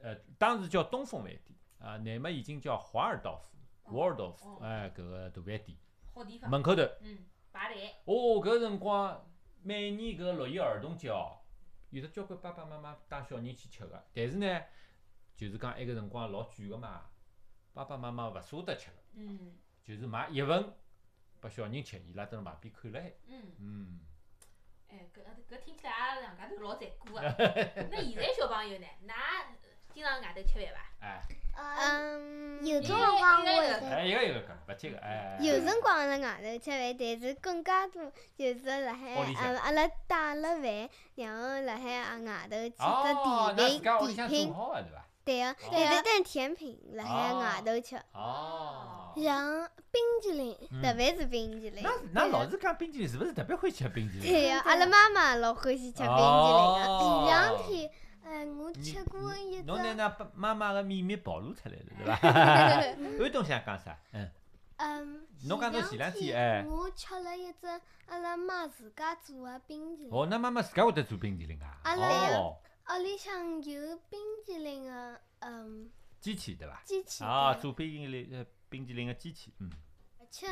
Speaker 3: 呃，当时叫东风饭店啊，内蒙已经叫华尔道夫。沃尔道夫，
Speaker 1: 哦
Speaker 3: 哎，搿个大饭店
Speaker 1: 好地方，
Speaker 3: 门口头，
Speaker 1: 嗯，排队，
Speaker 3: 哦，搿辰光每年搿六一儿童节哦，有得交关爸爸妈妈带小人去吃个，但是呢，就是讲埃个辰光老贵个嘛，爸爸妈妈勿舍得吃个，
Speaker 1: 嗯
Speaker 3: 就是买一份拨小人吃，伊拉蹲辣旁边看了海。
Speaker 1: 嗯。
Speaker 3: 嗯，
Speaker 1: 哎，搿搿听起来阿拉两家头老残
Speaker 3: [LAUGHS]
Speaker 1: 酷个。那现在小朋友呢？㑚经常外头吃饭伐？
Speaker 3: 哎，
Speaker 5: 呃，
Speaker 2: 嗯，
Speaker 5: 有
Speaker 1: 因
Speaker 5: 种
Speaker 1: 为
Speaker 5: 辰光
Speaker 1: 因为
Speaker 5: 我会
Speaker 1: 有
Speaker 5: 得，
Speaker 3: 哎，一个一个讲，勿接个，哎。
Speaker 2: 呃
Speaker 4: 嗯
Speaker 2: 有辰光辣外头吃饭，但是更加多就是辣海
Speaker 3: 屋里吃
Speaker 2: 嗯阿拉带了饭，然后辣海啊外头
Speaker 3: 哦，㑚
Speaker 2: 去
Speaker 3: 自家屋里
Speaker 2: 只
Speaker 3: 向
Speaker 2: 甜品甜
Speaker 3: 做
Speaker 2: 品，
Speaker 3: 好个对伐？
Speaker 2: 对个，但是但甜品辣海外头吃，
Speaker 3: 哦。
Speaker 4: 像冰淇淋，嗯
Speaker 3: 嗯
Speaker 2: 特别是冰淇淋。
Speaker 3: 㑚㑚老是讲冰淇淋，是勿是特别欢喜吃冰淇淋？
Speaker 2: 对个，哦阿拉妈妈老欢 [LAUGHS] 喜吃冰淇淋啊个。
Speaker 3: 哦
Speaker 4: 前两天哎我吃过一只
Speaker 2: [LAUGHS]
Speaker 1: 哎
Speaker 3: 侬拿㑚爸妈妈个秘密暴露出来了，对伐？安东想讲啥？嗯，
Speaker 4: 嗯，
Speaker 3: 侬讲到前两天哎
Speaker 2: 嗯
Speaker 4: 我吃了一只阿拉妈自家做的冰淇淋，
Speaker 3: 哦，那妈妈自家会得做冰淇淋啊？
Speaker 4: 阿拉
Speaker 3: 哦，
Speaker 4: 屋里向有冰淇淋的，嗯，
Speaker 3: 机器对伐？
Speaker 4: 机器
Speaker 3: 啊，
Speaker 4: 对
Speaker 3: 做冰淇淋呃冰淇淋个机器，嗯，
Speaker 4: 而且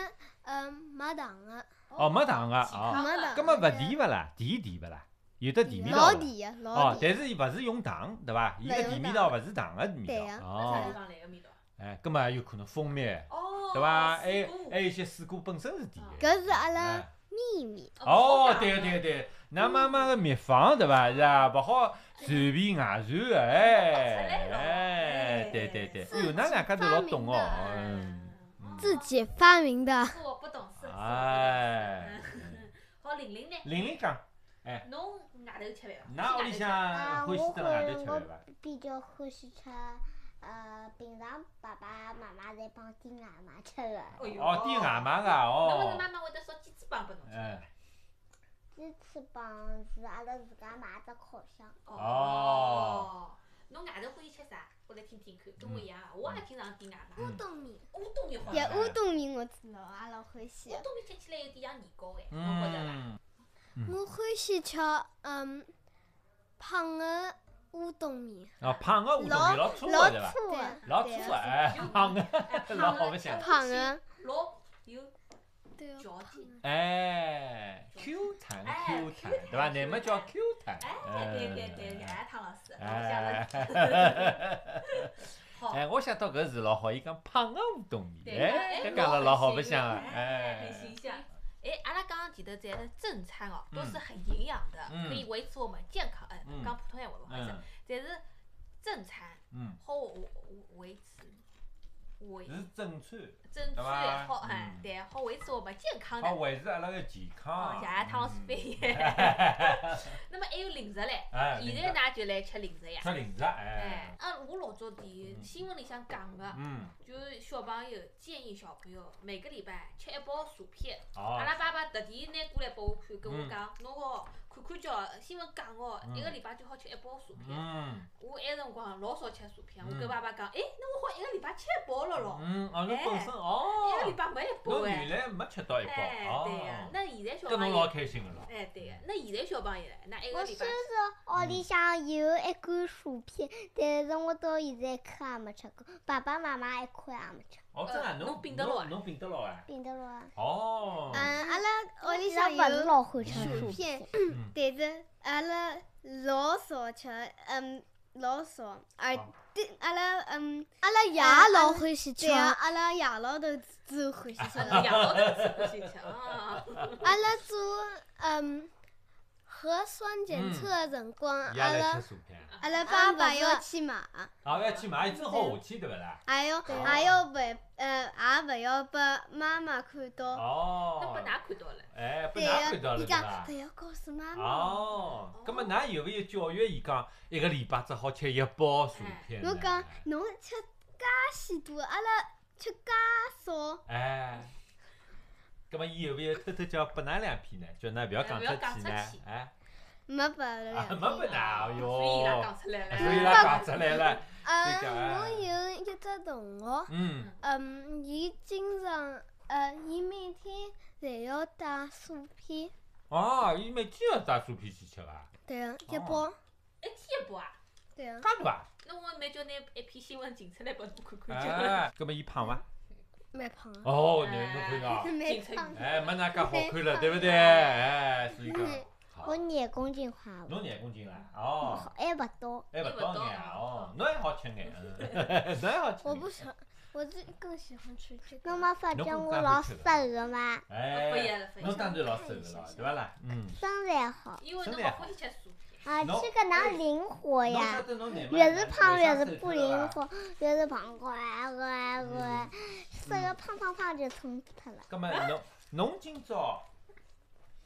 Speaker 4: 嗯没糖的，
Speaker 3: [LAUGHS] 哦，没糖个
Speaker 1: 健
Speaker 3: 啊，
Speaker 1: 康
Speaker 2: 没
Speaker 1: 的
Speaker 2: 的
Speaker 3: 葛末勿甜勿啦？甜甜勿啦？有的
Speaker 4: 呃
Speaker 3: 甜味道
Speaker 2: 老
Speaker 3: 伐。
Speaker 2: 甜个，老
Speaker 3: 哦，
Speaker 2: 甜。
Speaker 3: 但是伊勿是用糖，对伐？伊
Speaker 2: 勿
Speaker 3: 个
Speaker 2: 用
Speaker 3: 甜味
Speaker 2: 糖
Speaker 3: 道勿是糖个
Speaker 2: 对
Speaker 3: 味
Speaker 2: 呀
Speaker 3: 道。
Speaker 1: 那啥地
Speaker 3: 哦，
Speaker 1: 方来个味道？
Speaker 3: 哎，葛末还有可能蜂蜜，
Speaker 1: 哦，
Speaker 3: 对哎伐？还
Speaker 1: 水
Speaker 3: 有
Speaker 1: 果
Speaker 3: 还有一些水果本身是甜个。
Speaker 2: 搿是阿拉
Speaker 3: 哎
Speaker 2: 秘密，
Speaker 3: 哦，对个对个，对个，㑚妈妈个秘方对伐？是啊，勿好随便外传个，哎
Speaker 1: 勿出来咯
Speaker 3: 哎，对对对，哎哟，㑚两家头老懂哦，嗯，
Speaker 1: 哦
Speaker 3: 嗯
Speaker 4: 自己发明的。
Speaker 1: 是我不懂事，是我不懂事
Speaker 3: 哎，
Speaker 1: 好，嗯玲玲呢？
Speaker 3: 玲玲讲，
Speaker 1: 侬外头吃饭啊伐？
Speaker 3: 哎㑚屋里向欢喜蹲辣外头吃饭
Speaker 1: 啊
Speaker 3: 伐？
Speaker 5: 比较欢喜吃，呃，平常爸爸妈妈在帮订外卖吃的，
Speaker 1: 哎呦
Speaker 3: 哦，点外卖个
Speaker 1: 侬勿是
Speaker 3: 哦，
Speaker 1: 妈妈会得烧鸡翅膀拨侬吃？
Speaker 3: 哎，
Speaker 5: 鸡翅膀是阿拉自家买只烤箱，
Speaker 3: 哦。
Speaker 1: 侬外头欢喜吃啥？我来听听看，跟我一样啊，我也经常点外卖。
Speaker 3: 嗯
Speaker 4: 冬面，
Speaker 1: 乌冬
Speaker 3: 哦
Speaker 1: 面好
Speaker 2: 也
Speaker 1: 吃，
Speaker 2: 乌冬面我知道，阿拉欢喜
Speaker 1: 乌。冬面吃起来有点像年糕哎，侬觉得伐？
Speaker 3: 嗯，
Speaker 4: 我欢喜吃嗯胖的乌冬面，
Speaker 3: 哦，胖个乌冬面老粗个
Speaker 2: 老
Speaker 3: 对
Speaker 4: 啊对
Speaker 1: 啊
Speaker 3: 伐？老粗
Speaker 2: 粗个，
Speaker 3: 个，哎，胖个，
Speaker 1: 哎
Speaker 3: [LAUGHS] 老哎好白相
Speaker 2: 胖个，
Speaker 1: 老有
Speaker 4: 对哦，
Speaker 1: 嚼
Speaker 4: 胖
Speaker 1: 劲。
Speaker 4: 的。
Speaker 3: 哎，Q 弹
Speaker 1: 哎
Speaker 3: Q 弹对伐？乃末叫 Q 弹，
Speaker 1: 哎，对对对对，
Speaker 3: 嗯
Speaker 1: 哎，汤老师，我想
Speaker 3: 哎
Speaker 1: 了，好，
Speaker 3: [LAUGHS] 哎，我想到搿字老好，伊讲胖啊个乌冬
Speaker 1: 对
Speaker 3: 面，哎，搿讲了老
Speaker 1: 老
Speaker 3: 好白
Speaker 1: 很
Speaker 3: 相
Speaker 1: 形
Speaker 3: 啊，
Speaker 1: 象
Speaker 3: 哎
Speaker 1: 很，形象。哎，阿拉刚刚提的这些正餐哦，都是很营养的，
Speaker 3: 嗯
Speaker 1: 可以维持我们健康。哎
Speaker 3: 嗯，
Speaker 1: 讲普通闲话不好意思，
Speaker 3: 嗯
Speaker 1: 但是正餐
Speaker 3: 嗯，
Speaker 1: 好维维持维
Speaker 3: 是正餐，
Speaker 1: 正餐也
Speaker 3: 对嗯吧
Speaker 1: 好，哎
Speaker 3: 嗯，
Speaker 1: 对，好维持我们健康的
Speaker 3: 好。维持阿拉个健
Speaker 1: 哦，
Speaker 3: 康。
Speaker 1: 谢谢汤老师
Speaker 3: 嗯
Speaker 1: 翻译。
Speaker 3: [LAUGHS]
Speaker 1: 那么还有零食嘞，
Speaker 3: 哎，
Speaker 1: 现
Speaker 3: 零
Speaker 1: 在
Speaker 3: 食
Speaker 1: 㑚就来吃零食呀。
Speaker 3: 吃零食，
Speaker 1: 哎
Speaker 3: 哎，，
Speaker 1: 啊，我老早底新闻里向讲个，
Speaker 3: 嗯，
Speaker 1: 就是小朋友建议小朋友每个礼拜吃一包薯片。阿
Speaker 3: 哦，
Speaker 1: 拉爸爸特地拿过来拨我看，跟我
Speaker 3: 嗯
Speaker 1: 讲，侬哦看看叫新闻讲哦，一个礼拜最好吃一包薯片。
Speaker 3: 嗯，
Speaker 1: 我埃辰光老少吃薯片，我
Speaker 3: 嗯
Speaker 1: 跟爸爸讲，哎，那我好一个礼拜吃一包了咯，
Speaker 3: 嗯，哦，侬本身
Speaker 1: 一个礼
Speaker 3: 哦，
Speaker 1: 拜没一包
Speaker 3: 侬原
Speaker 1: 哎。
Speaker 3: 来没吃到一包，
Speaker 1: 哎，对呀
Speaker 3: 哦，，
Speaker 1: 那现在小
Speaker 3: 搿
Speaker 1: 朋
Speaker 3: 侬老
Speaker 1: 友，
Speaker 3: 开心个咯。
Speaker 1: 哎，对呀，那现在小朋友嘞，那一个
Speaker 5: 我
Speaker 1: 礼拜
Speaker 5: 虽然。说屋里向有一罐薯片，但是我到现在一颗也没吃过，爸爸妈妈一颗也没吃，
Speaker 3: 哦，真啊，
Speaker 1: 呃
Speaker 3: 侬
Speaker 1: 侬摒得牢啊
Speaker 3: 侬侬摒得牢啊？
Speaker 5: 变得了。
Speaker 3: 哦，
Speaker 2: 嗯，阿拉屋里向
Speaker 5: 不是
Speaker 2: 有
Speaker 5: 老欢
Speaker 3: 吃
Speaker 5: 吃薯
Speaker 3: 薯
Speaker 2: 片
Speaker 5: 片，
Speaker 3: 嗯
Speaker 2: 但是阿拉老少吃，嗯，老少，而
Speaker 3: 哦
Speaker 2: 对阿拉嗯，
Speaker 4: 阿拉爷
Speaker 5: 啊
Speaker 4: 也老欢喜吃
Speaker 2: 对，啊，阿拉爷老头子最欢喜
Speaker 4: [LAUGHS]
Speaker 2: 吃
Speaker 1: 养
Speaker 2: 了。
Speaker 1: 老头子欢喜吃
Speaker 3: [LAUGHS]
Speaker 1: 啊！
Speaker 3: 哦
Speaker 4: 阿拉做嗯核酸检测的辰光，
Speaker 3: 伊也
Speaker 4: 阿
Speaker 3: 来
Speaker 4: 拉
Speaker 3: 吃薯片，
Speaker 2: 阿拉
Speaker 4: 阿
Speaker 2: 爸
Speaker 4: 拉
Speaker 2: 爸
Speaker 4: 勿
Speaker 2: 要
Speaker 4: 是
Speaker 2: 去买，
Speaker 3: 啊，要去买，正好下去对勿啦？
Speaker 2: 还要
Speaker 3: 对
Speaker 2: 还要不呃，也不要被妈妈看到。
Speaker 1: 那被
Speaker 3: 哦，
Speaker 1: 㑚看到了，
Speaker 3: 哎，被
Speaker 2: 对
Speaker 3: 㑚
Speaker 2: 呀，
Speaker 3: 看到了
Speaker 2: 伊
Speaker 3: 对
Speaker 2: 讲
Speaker 3: 伐
Speaker 2: 不？要告诉妈妈。
Speaker 3: 哦，葛末㑚有没有教育伊讲一个礼拜只好吃一包薯片呢？
Speaker 2: 我讲侬吃介许多，阿拉吃介少。
Speaker 3: 哎，葛末伊有没有偷偷叫拨㑚两片呢？叫㑚勿要讲
Speaker 1: 哎不要
Speaker 3: 出去呢
Speaker 1: 讲出去？
Speaker 3: 哎，
Speaker 2: 没拨阿拉
Speaker 3: 啊，
Speaker 2: 两
Speaker 3: 没拨
Speaker 2: 片
Speaker 3: 㑚，哎
Speaker 1: 啊所以伊拉
Speaker 3: 哟，啊
Speaker 1: 讲出来
Speaker 3: 哎所以伊
Speaker 1: 了。
Speaker 3: 拉讲出来了，这个
Speaker 4: 嗯，
Speaker 3: 啊
Speaker 4: 我有一只同学，
Speaker 3: 嗯，
Speaker 4: 嗯，伊经常呃，伊每天侪要带薯片，
Speaker 3: 哦，伊每天要带薯片去吃伐？
Speaker 4: 对啊，一
Speaker 3: 哦
Speaker 4: 包，
Speaker 1: 一天一包啊，
Speaker 4: 对啊，
Speaker 3: 介大啊？
Speaker 1: 那我每叫拿一篇新闻请出来拨侬看看就好了。
Speaker 3: 哎，葛末伊胖伐？
Speaker 4: 蛮胖
Speaker 2: 嗯
Speaker 4: 的。
Speaker 3: 哦，侬侬看到。
Speaker 1: 进城
Speaker 3: 哎，没那介好看
Speaker 2: 嗯
Speaker 3: 了，对不对？哎，所以讲，好
Speaker 5: 我，廿公斤快了，
Speaker 3: 侬廿公斤啦，哦，
Speaker 5: 还不到。
Speaker 3: 还勿到眼啊，哦，侬还好吃眼，嗯侬还好吃眼。
Speaker 4: 我不喜欢，我最更喜欢吃这个。
Speaker 5: 侬没发觉我老瘦个吗？
Speaker 1: 不一
Speaker 3: 哎，
Speaker 1: 样了，不一
Speaker 3: 侬
Speaker 1: 样。
Speaker 3: 当然老瘦个了，对伐啦？嗯，
Speaker 5: 身材好，啊
Speaker 1: 因为侬勿欢喜吃薯片，
Speaker 5: 而且搿
Speaker 3: 哎
Speaker 5: 能灵活
Speaker 3: 侬
Speaker 5: 呀
Speaker 3: 晓。得侬廿
Speaker 5: 越是胖越是不灵。
Speaker 3: 啊
Speaker 5: 活，越是胖乖乖
Speaker 3: 嗯
Speaker 5: 乖，瘦个胖胖胖就冲脱了。
Speaker 3: 葛末侬侬今朝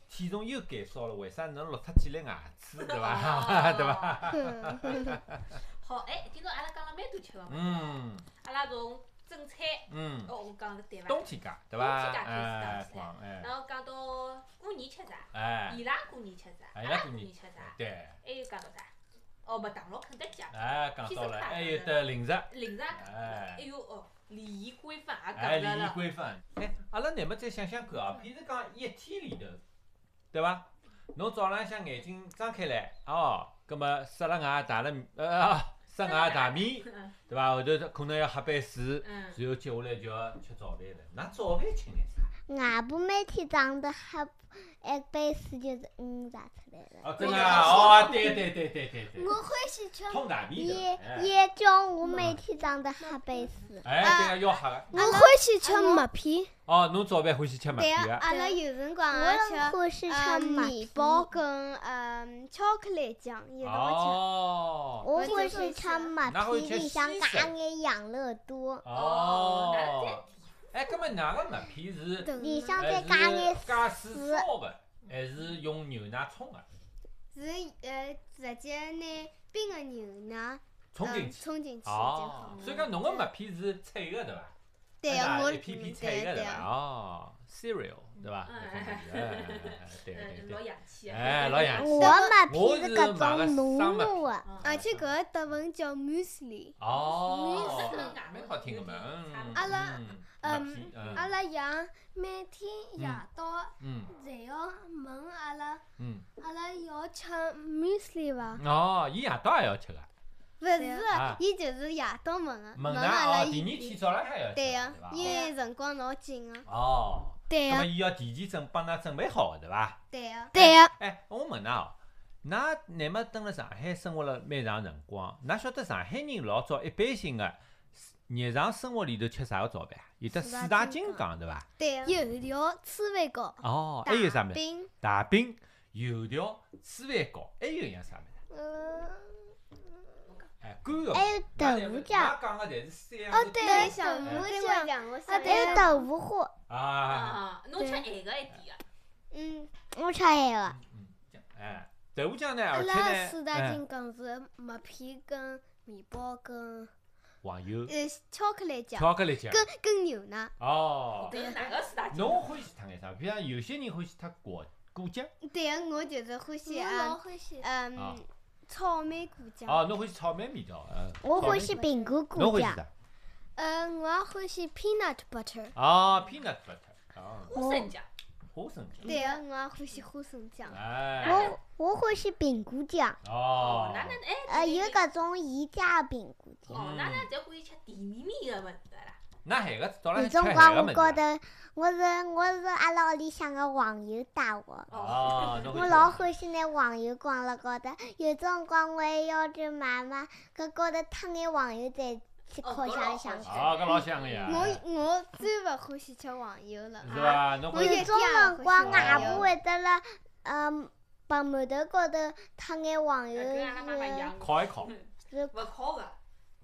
Speaker 3: 体重又减少了，为啥能露出几粒牙齿， [LAUGHS] 对伐？
Speaker 1: 哦
Speaker 3: 对伐？
Speaker 5: [LAUGHS]
Speaker 1: 好哎，今朝阿拉讲了蛮多吃个物事，
Speaker 3: 嗯
Speaker 1: 阿拉从正餐，
Speaker 3: 嗯，
Speaker 1: 哦，我讲了对伐？
Speaker 3: 冬天家，对伐？哎，胖哎
Speaker 1: 然后讲到过年吃啥，
Speaker 3: 哎，
Speaker 1: 伊拉过年吃啥，阿
Speaker 3: 哎
Speaker 1: 拉
Speaker 3: 拉
Speaker 1: 过
Speaker 3: 过年
Speaker 1: 年吃啥，
Speaker 3: 对。
Speaker 1: 还有讲到啥？哦，麦当劳、肯德基啊，
Speaker 3: 哎哎，讲到了，还有得零食，
Speaker 1: 零食啊，
Speaker 3: 哎
Speaker 1: 还有哦，礼仪规范也讲
Speaker 3: 哎，礼
Speaker 1: 了
Speaker 3: 仪
Speaker 1: 了，
Speaker 3: 规范。哎，阿拉乃末再想想看啊，譬如讲一天里头，对伐？侬早浪向眼睛张开来，哦，葛末塞了牙汏了，呃，塞牙汏面，对伐？后头可能要喝杯水，
Speaker 1: 嗯，
Speaker 3: 然后接下来就要吃早饭了。那早饭吃眼啥？
Speaker 5: 外婆每天早上头喝一杯水就是嗯五茶出来了。
Speaker 3: 哦，真的啊！哦，对对对对对对，
Speaker 4: 我欢喜吃
Speaker 3: 通大便
Speaker 5: 伊
Speaker 3: 的。哎
Speaker 5: 伊叫我每天早上头喝杯水。
Speaker 3: 哎，对个要喝个。
Speaker 2: 我欢喜吃
Speaker 5: 哎
Speaker 2: 麦片，
Speaker 3: 哦，侬早饭欢喜吃麦
Speaker 2: 对
Speaker 3: 片啊
Speaker 2: 个，
Speaker 3: 个？
Speaker 2: 阿拉有辰光
Speaker 5: 我
Speaker 2: 也吃
Speaker 5: 也欢喜
Speaker 2: 呃
Speaker 5: 吃麦
Speaker 2: 面包跟嗯巧克力酱一道
Speaker 3: 哦
Speaker 5: 我欢喜吃麦
Speaker 3: 那会吃
Speaker 5: 片里向
Speaker 3: 西
Speaker 5: 加
Speaker 3: 式
Speaker 5: 眼养乐多，
Speaker 1: 哦那
Speaker 3: 哦。哎，葛末哪个麦片是？
Speaker 2: 吃，
Speaker 5: 里向
Speaker 3: 还
Speaker 5: 再
Speaker 3: 哎是
Speaker 5: 加眼
Speaker 3: 加水烧的，还是用牛奶冲啊的？
Speaker 2: 是呃直接拿冰的牛奶
Speaker 3: 冲进
Speaker 2: 嗯
Speaker 3: 去。
Speaker 2: 冲进去就
Speaker 3: 哦。，
Speaker 2: 好
Speaker 3: 所以讲侬个麦片是脆个对伐？
Speaker 2: 对啊
Speaker 3: 哎
Speaker 2: 我嗯
Speaker 3: 一片片脆个对
Speaker 2: 对啊对
Speaker 3: 伐？哦，cereal 对伐？
Speaker 1: 嗯
Speaker 3: 那种感觉哎哎哎哎对对
Speaker 1: 嗯，老
Speaker 3: 对。
Speaker 1: 洋气的，
Speaker 3: 哎老洋
Speaker 5: 我
Speaker 3: 气
Speaker 5: 麦
Speaker 3: 我
Speaker 5: 片
Speaker 3: 是
Speaker 5: 是搿
Speaker 3: 买个
Speaker 5: 种浓
Speaker 3: 生麦
Speaker 5: 浓的，
Speaker 1: 嗯
Speaker 2: 而且搿个德文叫 muesli，
Speaker 3: 哦
Speaker 1: 没事，
Speaker 3: 蛮好听个嘛。嗯
Speaker 4: 阿拉
Speaker 3: 嗯
Speaker 4: 嗯
Speaker 3: 麦片嗯
Speaker 4: 阿拉爷每天夜到
Speaker 3: 嗯
Speaker 4: 侪要问阿拉，
Speaker 3: 嗯。
Speaker 4: 阿拉要吃 muesli
Speaker 2: 啊
Speaker 4: 伐？
Speaker 3: 哦，伊夜到也要吃个，
Speaker 2: 勿是
Speaker 3: 啊，
Speaker 2: 伊就是夜到问的，
Speaker 3: 问
Speaker 2: 问阿拉
Speaker 3: 啊哦，啊
Speaker 2: 伊
Speaker 3: 第二天早浪向要吃，
Speaker 2: 对
Speaker 3: 个
Speaker 2: 个，因
Speaker 3: 伐？
Speaker 2: 为辰光老紧个，
Speaker 3: 哦，
Speaker 2: 对
Speaker 3: 那么
Speaker 2: 个，
Speaker 3: 伊要提前准帮㑚准备好个对伐？
Speaker 2: 对啊个，
Speaker 4: 对呀，
Speaker 3: 哎，我问㑚哦，㑚乃末蹲辣上海生活了蛮长辰光，㑚晓得上海人老早一般性个日常生活里头吃啥个早饭啊？有得四大金刚对伐？
Speaker 2: 对啊个，
Speaker 4: 油条、粢饭糕，
Speaker 3: 哦，还有啥物事？
Speaker 2: 饼，
Speaker 3: 大饼、油条、粢饭糕，还有一样啥物事？
Speaker 5: 嗯
Speaker 3: 哎，干的。
Speaker 5: 还有豆腐酱，
Speaker 3: 㑚讲个侪是三样是
Speaker 4: 对
Speaker 2: 对
Speaker 3: 干
Speaker 2: 个，
Speaker 3: 的
Speaker 2: 小
Speaker 3: 哎
Speaker 2: 我
Speaker 4: 我
Speaker 2: 讲
Speaker 4: 讲
Speaker 2: 两个小
Speaker 5: 还有豆腐花，
Speaker 3: 啊，
Speaker 1: 啊，侬吃咸个一点
Speaker 2: 嗯，
Speaker 5: 我吃海个。
Speaker 3: 嗯，嗯哎，豆腐酱呢，
Speaker 4: 阿
Speaker 3: 而且
Speaker 4: 拉
Speaker 3: 呢，
Speaker 4: 四大
Speaker 3: 哎
Speaker 4: 金刚是麦片跟面包跟
Speaker 3: 黄油、
Speaker 2: 呃，巧克力酱，
Speaker 3: 巧克力酱，
Speaker 2: 跟跟牛奶，
Speaker 3: 哦
Speaker 1: 个，，搿哪个四大金
Speaker 3: 侬欢喜烫眼啥？比方有些人欢喜烫果果酱。
Speaker 2: [LAUGHS] 对个，我就是欢喜
Speaker 4: 我老
Speaker 5: 嗯
Speaker 2: 啊，
Speaker 4: 欢喜。
Speaker 3: 啊
Speaker 2: 嗯，草莓果酱，
Speaker 3: 哦，侬欢喜草莓味道，嗯，
Speaker 5: 我欢喜苹果果
Speaker 3: 侬欢喜
Speaker 5: 酱，
Speaker 3: 啥？
Speaker 4: 呃，我也欢喜 peanut butter。
Speaker 3: 哦，peanut butter，哦，
Speaker 1: 花生酱，
Speaker 3: 花生酱，
Speaker 2: 对哦个，我也欢喜花生酱，
Speaker 3: 哎，
Speaker 5: 我我欢喜苹果酱，
Speaker 1: 哦
Speaker 3: 哦，，
Speaker 1: 哪能哎，
Speaker 5: 呃，
Speaker 1: 对
Speaker 5: 有
Speaker 1: 对对
Speaker 5: 搿种宜家的苹果酱。
Speaker 1: 哦，哪能侪欢喜吃甜蜜蜜个物事啦？
Speaker 3: 那海个早浪
Speaker 5: 有
Speaker 3: 向
Speaker 5: 辰
Speaker 3: 吃
Speaker 5: 光
Speaker 3: 海
Speaker 5: 我
Speaker 3: 个啊
Speaker 5: 高
Speaker 3: 物
Speaker 5: 头
Speaker 3: 事。，
Speaker 5: 我是我是阿拉屋里向个黄油带我。
Speaker 3: 哦，侬
Speaker 5: 我
Speaker 3: 欢喜
Speaker 5: 老欢喜拿黄油光辣高头，有辰光我还要求妈妈搿高头烫眼黄油再去
Speaker 1: 哦
Speaker 5: 烤
Speaker 1: 搿
Speaker 5: 箱
Speaker 1: 老哎
Speaker 5: 里向
Speaker 1: 好
Speaker 5: 吃
Speaker 1: 吃。
Speaker 3: 哦，搿老香个呀，
Speaker 2: 我我最勿欢喜吃黄油了，
Speaker 3: 嗯
Speaker 2: 啊
Speaker 3: 是伐？侬
Speaker 2: 我
Speaker 3: 欢
Speaker 2: 有
Speaker 3: 喜
Speaker 5: 有
Speaker 2: 点
Speaker 5: 种
Speaker 2: 欢
Speaker 5: 辰
Speaker 2: 喜
Speaker 5: 光，
Speaker 2: 黄
Speaker 5: 外
Speaker 2: 油
Speaker 5: 婆会得辣嗯白馒头高头烫眼黄油
Speaker 1: 跟阿拉妈妈一样，
Speaker 3: 烤一烤，
Speaker 5: 是是。
Speaker 1: 勿烤个，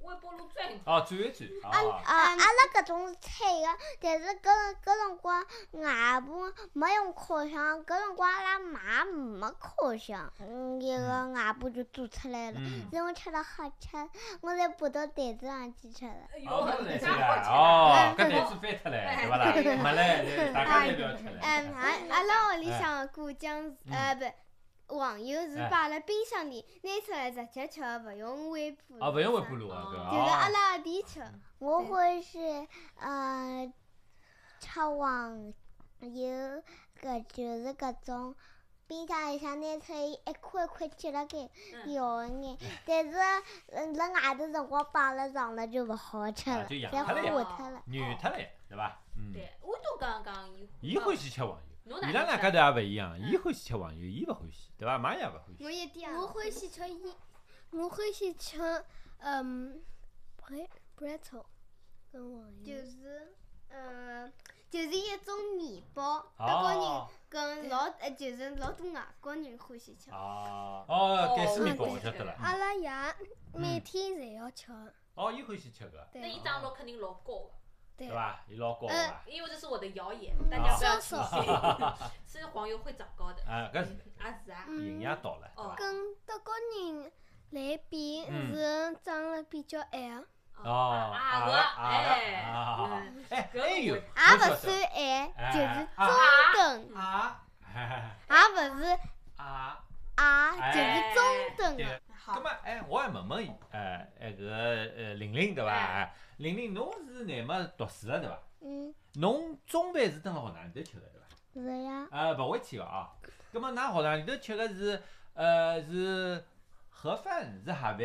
Speaker 1: 微波炉转一转。
Speaker 3: 哦，转一转，哦，
Speaker 5: 啊，阿拉搿种是脆个，但是搿搿辰光外婆没用烤箱，搿辰光阿拉妈没烤箱，嗯，一个外婆就做出来了。
Speaker 3: 嗯，
Speaker 5: 然后吃了好吃，我才爬到台子上去吃了。
Speaker 1: 哎呦，
Speaker 3: 哦，搿难吃
Speaker 1: 哪好
Speaker 3: 唻，
Speaker 1: 吃
Speaker 3: 哦，
Speaker 1: 嗯
Speaker 3: 搿难吃翻脱唻，对伐啦？没唻，大家侪勿要吃
Speaker 2: 哎 [LAUGHS] 嗯，
Speaker 3: 唻。
Speaker 2: 阿阿拉屋里向的果酱是
Speaker 3: 嗯
Speaker 2: 呃不，黄油是
Speaker 3: 哎
Speaker 2: 摆辣冰箱里，拿出来直接吃，勿用微波。
Speaker 3: 哦，勿用微波。炉
Speaker 1: 哦
Speaker 3: 啊，对伐？
Speaker 2: 嗯就是阿
Speaker 3: 哦
Speaker 2: 拉阿弟吃，
Speaker 5: 我
Speaker 2: 对
Speaker 5: 欢喜呃吃黄油，搿就是搿种冰箱里向拿出来一块一块切辣盖
Speaker 1: 嗯
Speaker 5: 咬一眼，但是嗯辣外头辰光摆辣上了就勿好吃
Speaker 3: 啊
Speaker 5: 了，
Speaker 3: 就
Speaker 5: 侪
Speaker 3: 痒
Speaker 5: 化
Speaker 1: 脱了呀
Speaker 5: 脱了。
Speaker 3: 哦软脱唻，对伐？嗯，
Speaker 1: 对，我都刚刚有。哦
Speaker 3: 伊欢喜吃黄油。
Speaker 1: 侬
Speaker 3: 伊
Speaker 1: 哪能
Speaker 3: 拉两
Speaker 1: 吃啊
Speaker 3: 家头也勿一样，伊欢喜吃黄油，伊勿欢喜，对伐？妈也勿欢喜。
Speaker 2: 我一点也
Speaker 4: 我
Speaker 2: 勿
Speaker 4: 欢喜吃烟，我欢喜吃嗯 bread bread 跟黄
Speaker 2: 就
Speaker 4: 油。
Speaker 2: 是，嗯，就是一种面包，德国人
Speaker 3: 哦
Speaker 2: 跟老呃，就是老多外国人欢喜吃。
Speaker 3: 哦哦，盖世面包我晓得了。
Speaker 4: 阿拉爷每
Speaker 3: 嗯
Speaker 4: 天侪要吃，
Speaker 2: 嗯
Speaker 3: 哦，伊欢喜吃搿，
Speaker 1: 那
Speaker 4: 对
Speaker 1: 伊长得肯定老高的，
Speaker 4: 对
Speaker 3: 对。嗯伐？伊老高个伐？
Speaker 1: 因为这是我的谣言，大家不要相信。吃黄油会长高的。
Speaker 3: 啊，搿是的
Speaker 1: 啊是啊，
Speaker 4: 嗯
Speaker 3: 营养到了，对
Speaker 1: 哦
Speaker 3: 伐？
Speaker 4: 跟德国人来比
Speaker 3: 嗯
Speaker 4: 是长了比较矮，
Speaker 3: 哦，
Speaker 1: 啊
Speaker 3: 个
Speaker 1: 个
Speaker 3: 哎，
Speaker 1: 哎，
Speaker 3: 啊
Speaker 1: 嗯
Speaker 3: 哎，
Speaker 1: 搿我
Speaker 3: 还有，
Speaker 2: 也
Speaker 3: 我晓
Speaker 2: 勿
Speaker 3: 得
Speaker 2: 算矮，
Speaker 3: 哎
Speaker 2: 就是
Speaker 3: 啊
Speaker 2: 中等，
Speaker 3: 啊，嘿嘿嘿
Speaker 2: 也勿是
Speaker 3: 啊，
Speaker 2: 矮，就
Speaker 3: 哎
Speaker 2: 是中等
Speaker 3: 对
Speaker 2: 的。
Speaker 1: 好，
Speaker 3: 葛末哎，我也问问伊，哎，哎搿呃玲玲对伐？哎玲玲，侬是乃末读书了对伐？
Speaker 5: 嗯，
Speaker 3: 侬中饭是蹲辣学堂里头吃的对伐？
Speaker 5: 是呀，
Speaker 3: 啊，勿会去个啊。葛末㑚学堂里头吃个是呃是盒饭是盒饭，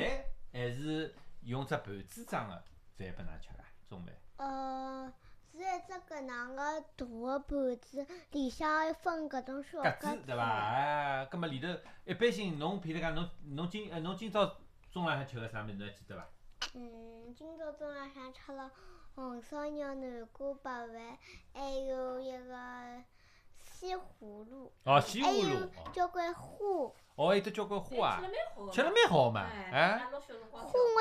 Speaker 3: 还是用只盘子装个饭拨㑚吃啊？中饭？
Speaker 5: 呃，是一只搿能个大个盘子，里向还分哦搿种小
Speaker 3: 格子对伐？哎，葛末里头一般性侬，譬如讲侬侬今呃侬今朝中浪向吃个啥物事侬还记得伐？
Speaker 5: 嗯，今朝中浪向吃了红烧肉、南瓜白饭，还有一个西葫芦，哎
Speaker 3: 哦，西
Speaker 5: 还
Speaker 3: 葫
Speaker 5: 有
Speaker 3: 芦，
Speaker 5: 交关花，
Speaker 3: 哦，还有得交关花啊
Speaker 1: 哎吃了，蛮好的，
Speaker 3: 吃了蛮好嘛，
Speaker 1: 哎
Speaker 3: 哎，，
Speaker 5: 花我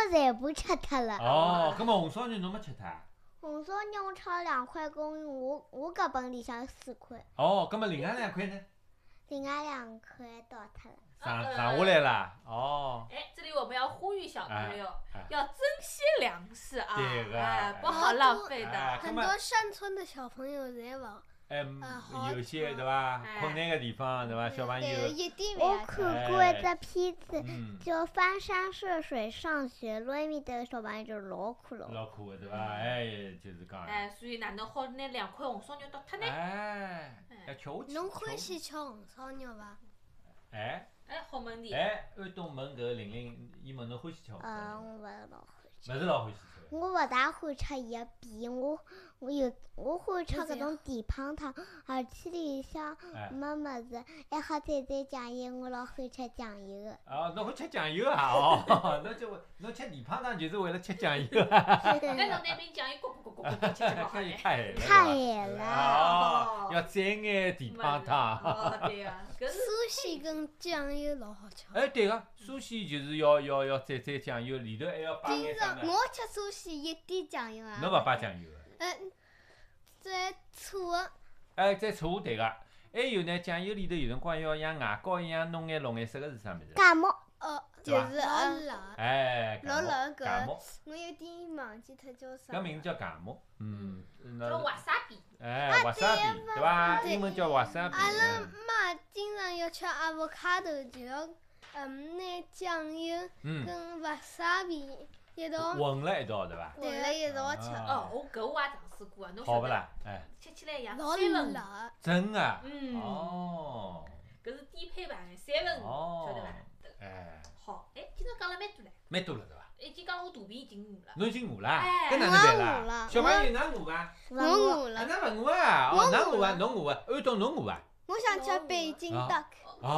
Speaker 5: 全部吃脱了。
Speaker 3: 哦，葛末红烧肉侬没吃脱啊？
Speaker 5: 红烧肉我吃了两块公，我我搿本里向有四块，
Speaker 3: 哦，葛末另外两块呢？
Speaker 5: 另外两块倒脱了。
Speaker 3: 上
Speaker 1: 呃
Speaker 3: 上下来啦，哦，
Speaker 1: 哎，这里我们要呼吁小朋友
Speaker 3: 哎
Speaker 1: 要珍惜粮食啊，
Speaker 3: 对个
Speaker 1: 哎，不好浪费
Speaker 3: 哎
Speaker 1: 的。
Speaker 3: 葛
Speaker 2: 很
Speaker 3: 末
Speaker 2: 多山村的小朋友侪勿，
Speaker 3: 嗯
Speaker 2: 啊好，
Speaker 3: 有些
Speaker 2: 吃
Speaker 3: 对伐？
Speaker 1: 哎
Speaker 3: 困难个地方对伐？小朋
Speaker 2: 对，
Speaker 3: 友，
Speaker 2: 一点勿
Speaker 3: 哦
Speaker 5: 我
Speaker 2: 要紧
Speaker 5: 看过一只片子，
Speaker 3: 哎嗯，
Speaker 5: 叫《翻山涉水上学》，埃面头小朋友就老苦恼。
Speaker 3: 老苦个对伐？
Speaker 2: 嗯
Speaker 3: 哎，就是讲，
Speaker 1: 哎，所以哪能好拿两块红烧肉倒脱呢？
Speaker 3: 哎，要吃下去，吃
Speaker 2: 侬
Speaker 3: 下
Speaker 2: 欢
Speaker 3: 去
Speaker 2: 喜吃红烧肉伐？
Speaker 3: 哎
Speaker 1: 哎，好问题。
Speaker 3: 哎，安东问搿个玲玲，伊问侬欢喜吃红
Speaker 5: 呃，
Speaker 3: 烧
Speaker 5: 我
Speaker 3: 肉，
Speaker 5: 勿是老，
Speaker 3: 勿是老欢喜吃的。
Speaker 5: 我勿大欢吃伊个皮，我我有我欢吃
Speaker 2: 我
Speaker 5: 搿
Speaker 2: 也
Speaker 5: 种地胖汤，而且里向
Speaker 3: 哎，
Speaker 5: 没物事，还好蘸蘸酱油，我老欢吃酱油个。
Speaker 3: 哦，侬会吃酱油啊？
Speaker 2: [LAUGHS]
Speaker 3: 哦，侬就为侬吃泥胖汤就是为了吃酱油 [LAUGHS] 啊？
Speaker 1: 那侬拿瓶酱油咕咕咕咕咕咕吃吃好
Speaker 3: 可以
Speaker 1: 嘞。
Speaker 3: 太咸了。
Speaker 5: 太咸
Speaker 3: 对
Speaker 5: 了
Speaker 3: 吧哦
Speaker 1: 哦，
Speaker 3: 要蘸眼地胖汤。
Speaker 1: 哦，对呀，搿是
Speaker 2: 苏西跟酱油老好吃。
Speaker 3: 哎，对个，苏西就是要要要蘸蘸酱油，里头还要摆眼
Speaker 2: 今
Speaker 3: 啥
Speaker 2: 朝
Speaker 3: 呢？
Speaker 2: 我吃苏西一点酱油啊。
Speaker 3: 侬勿摆酱油的？
Speaker 2: 哎，再醋的，
Speaker 3: 哎，蘸醋对个。还有呢，酱油里头有辰光要像牙膏一样弄眼绿颜色个是啥物事？
Speaker 5: 感冒，
Speaker 2: 哦，
Speaker 3: 对吧
Speaker 2: 就是老辣。
Speaker 3: 哎，
Speaker 2: 老
Speaker 3: 芥末
Speaker 2: 老个
Speaker 3: 芥末，
Speaker 2: 我有点忘记它叫啥。
Speaker 3: 搿名字叫芥末。嗯，
Speaker 1: 叫
Speaker 3: 那
Speaker 1: 瓦萨比，
Speaker 3: 哎，瓦萨比对伐？
Speaker 2: 对
Speaker 3: 英文叫瓦萨比。
Speaker 2: 阿拉
Speaker 3: 嗯
Speaker 2: 妈经常要吃阿布卡头，就要嗯拿酱油
Speaker 3: 嗯。
Speaker 2: 跟瓦萨比一道
Speaker 3: 混了一道对伐？
Speaker 2: 混了一道吃，
Speaker 3: 啊
Speaker 1: 哦，我搿我也尝试过啊，侬
Speaker 3: 好
Speaker 1: 晓
Speaker 3: 勿
Speaker 1: 得伐？
Speaker 3: 啦？哎，
Speaker 1: 吃起来像
Speaker 2: 老
Speaker 1: 三文鱼，
Speaker 2: 辣。
Speaker 3: 真啊，
Speaker 1: 嗯，
Speaker 3: 哦，
Speaker 1: 搿是低配版的三文鱼，晓得伐
Speaker 3: 哦？，哎，
Speaker 1: 好，哎，今朝讲了蛮多唻，
Speaker 3: 蛮多了对伐？
Speaker 1: 已经讲我肚皮已经饿了。
Speaker 3: 侬已经饿啦，
Speaker 1: 哎
Speaker 3: 搿哪能办啦？小朋友，㑚饿伐？
Speaker 5: 我
Speaker 2: 我饿
Speaker 3: 啊，
Speaker 2: 了，
Speaker 3: 㑚勿饿啊？哦，
Speaker 2: 我
Speaker 3: 㑚
Speaker 2: 饿
Speaker 3: 饿啊？
Speaker 2: 了
Speaker 3: 侬饿啊？安东侬饿啊？
Speaker 2: 我想吃北京
Speaker 3: 啊
Speaker 2: 大
Speaker 3: 哦，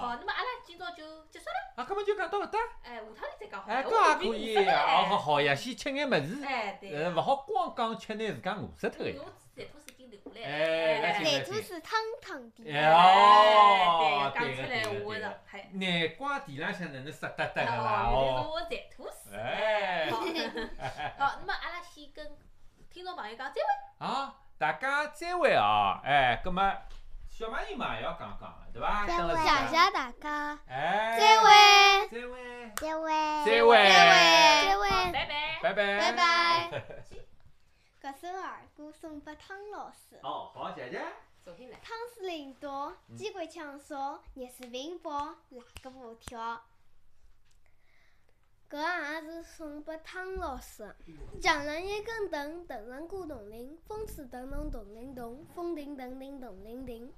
Speaker 1: 好，那么阿拉今朝就结束了，
Speaker 3: 啊，搿么就讲到搿搭，
Speaker 1: 哎，下趟再讲好了。
Speaker 3: 哎，
Speaker 1: 我
Speaker 3: 搿
Speaker 1: 肚
Speaker 3: 也可
Speaker 1: 皮
Speaker 3: 以，
Speaker 1: 饿死了
Speaker 3: 哦，好
Speaker 1: 哎
Speaker 3: 好呀，先吃眼物事，
Speaker 1: 哎，对
Speaker 3: 呃，
Speaker 1: 呀。
Speaker 3: 勿好光讲吃，拿自家饿死脱
Speaker 1: 嗯
Speaker 3: 呀。
Speaker 1: 我馋吐水已经流下来
Speaker 3: 哎
Speaker 1: 了。
Speaker 3: 来劲
Speaker 1: 哎
Speaker 2: 奶
Speaker 3: 来
Speaker 2: 兔
Speaker 3: 劲
Speaker 2: 是汤汤
Speaker 3: 哎
Speaker 2: 的，
Speaker 1: 哎
Speaker 3: 哦，
Speaker 1: 对
Speaker 3: 对
Speaker 1: 呀，讲
Speaker 3: 个
Speaker 1: 起来
Speaker 3: 对个
Speaker 1: 我
Speaker 3: 对
Speaker 1: 上
Speaker 3: 个，
Speaker 1: 海。
Speaker 3: 南瓜地浪向哪能湿哒
Speaker 1: 哦，原来是
Speaker 3: 哒个啦？哦，
Speaker 1: 我馋吐死。
Speaker 3: 哎。
Speaker 1: 好，好，那么阿拉先跟听众朋友讲再会。
Speaker 3: [LAUGHS] 啊，大家再会哦，哎，葛么小朋友嘛也要讲讲的，对伐？
Speaker 5: 再会
Speaker 3: 等了
Speaker 2: 谢
Speaker 3: 大
Speaker 2: 谢
Speaker 3: 家，
Speaker 2: 大家，
Speaker 3: 哎，
Speaker 2: 再，会。
Speaker 3: 再会，
Speaker 5: 再会。
Speaker 3: 再会，
Speaker 2: 再会，
Speaker 1: 好拜拜。
Speaker 3: 拜拜，
Speaker 2: 拜。拜。搿首儿歌送拨汤老师。
Speaker 3: 哦，好，谢谢。
Speaker 1: 昨天来。
Speaker 2: 汤是领导，机关枪手，热水瓶包，哪个不挑？搿也是送拨汤老师。强人一根藤，藤上挂铜铃，风吹藤动铜铃动，风铃叮叮动铃叮。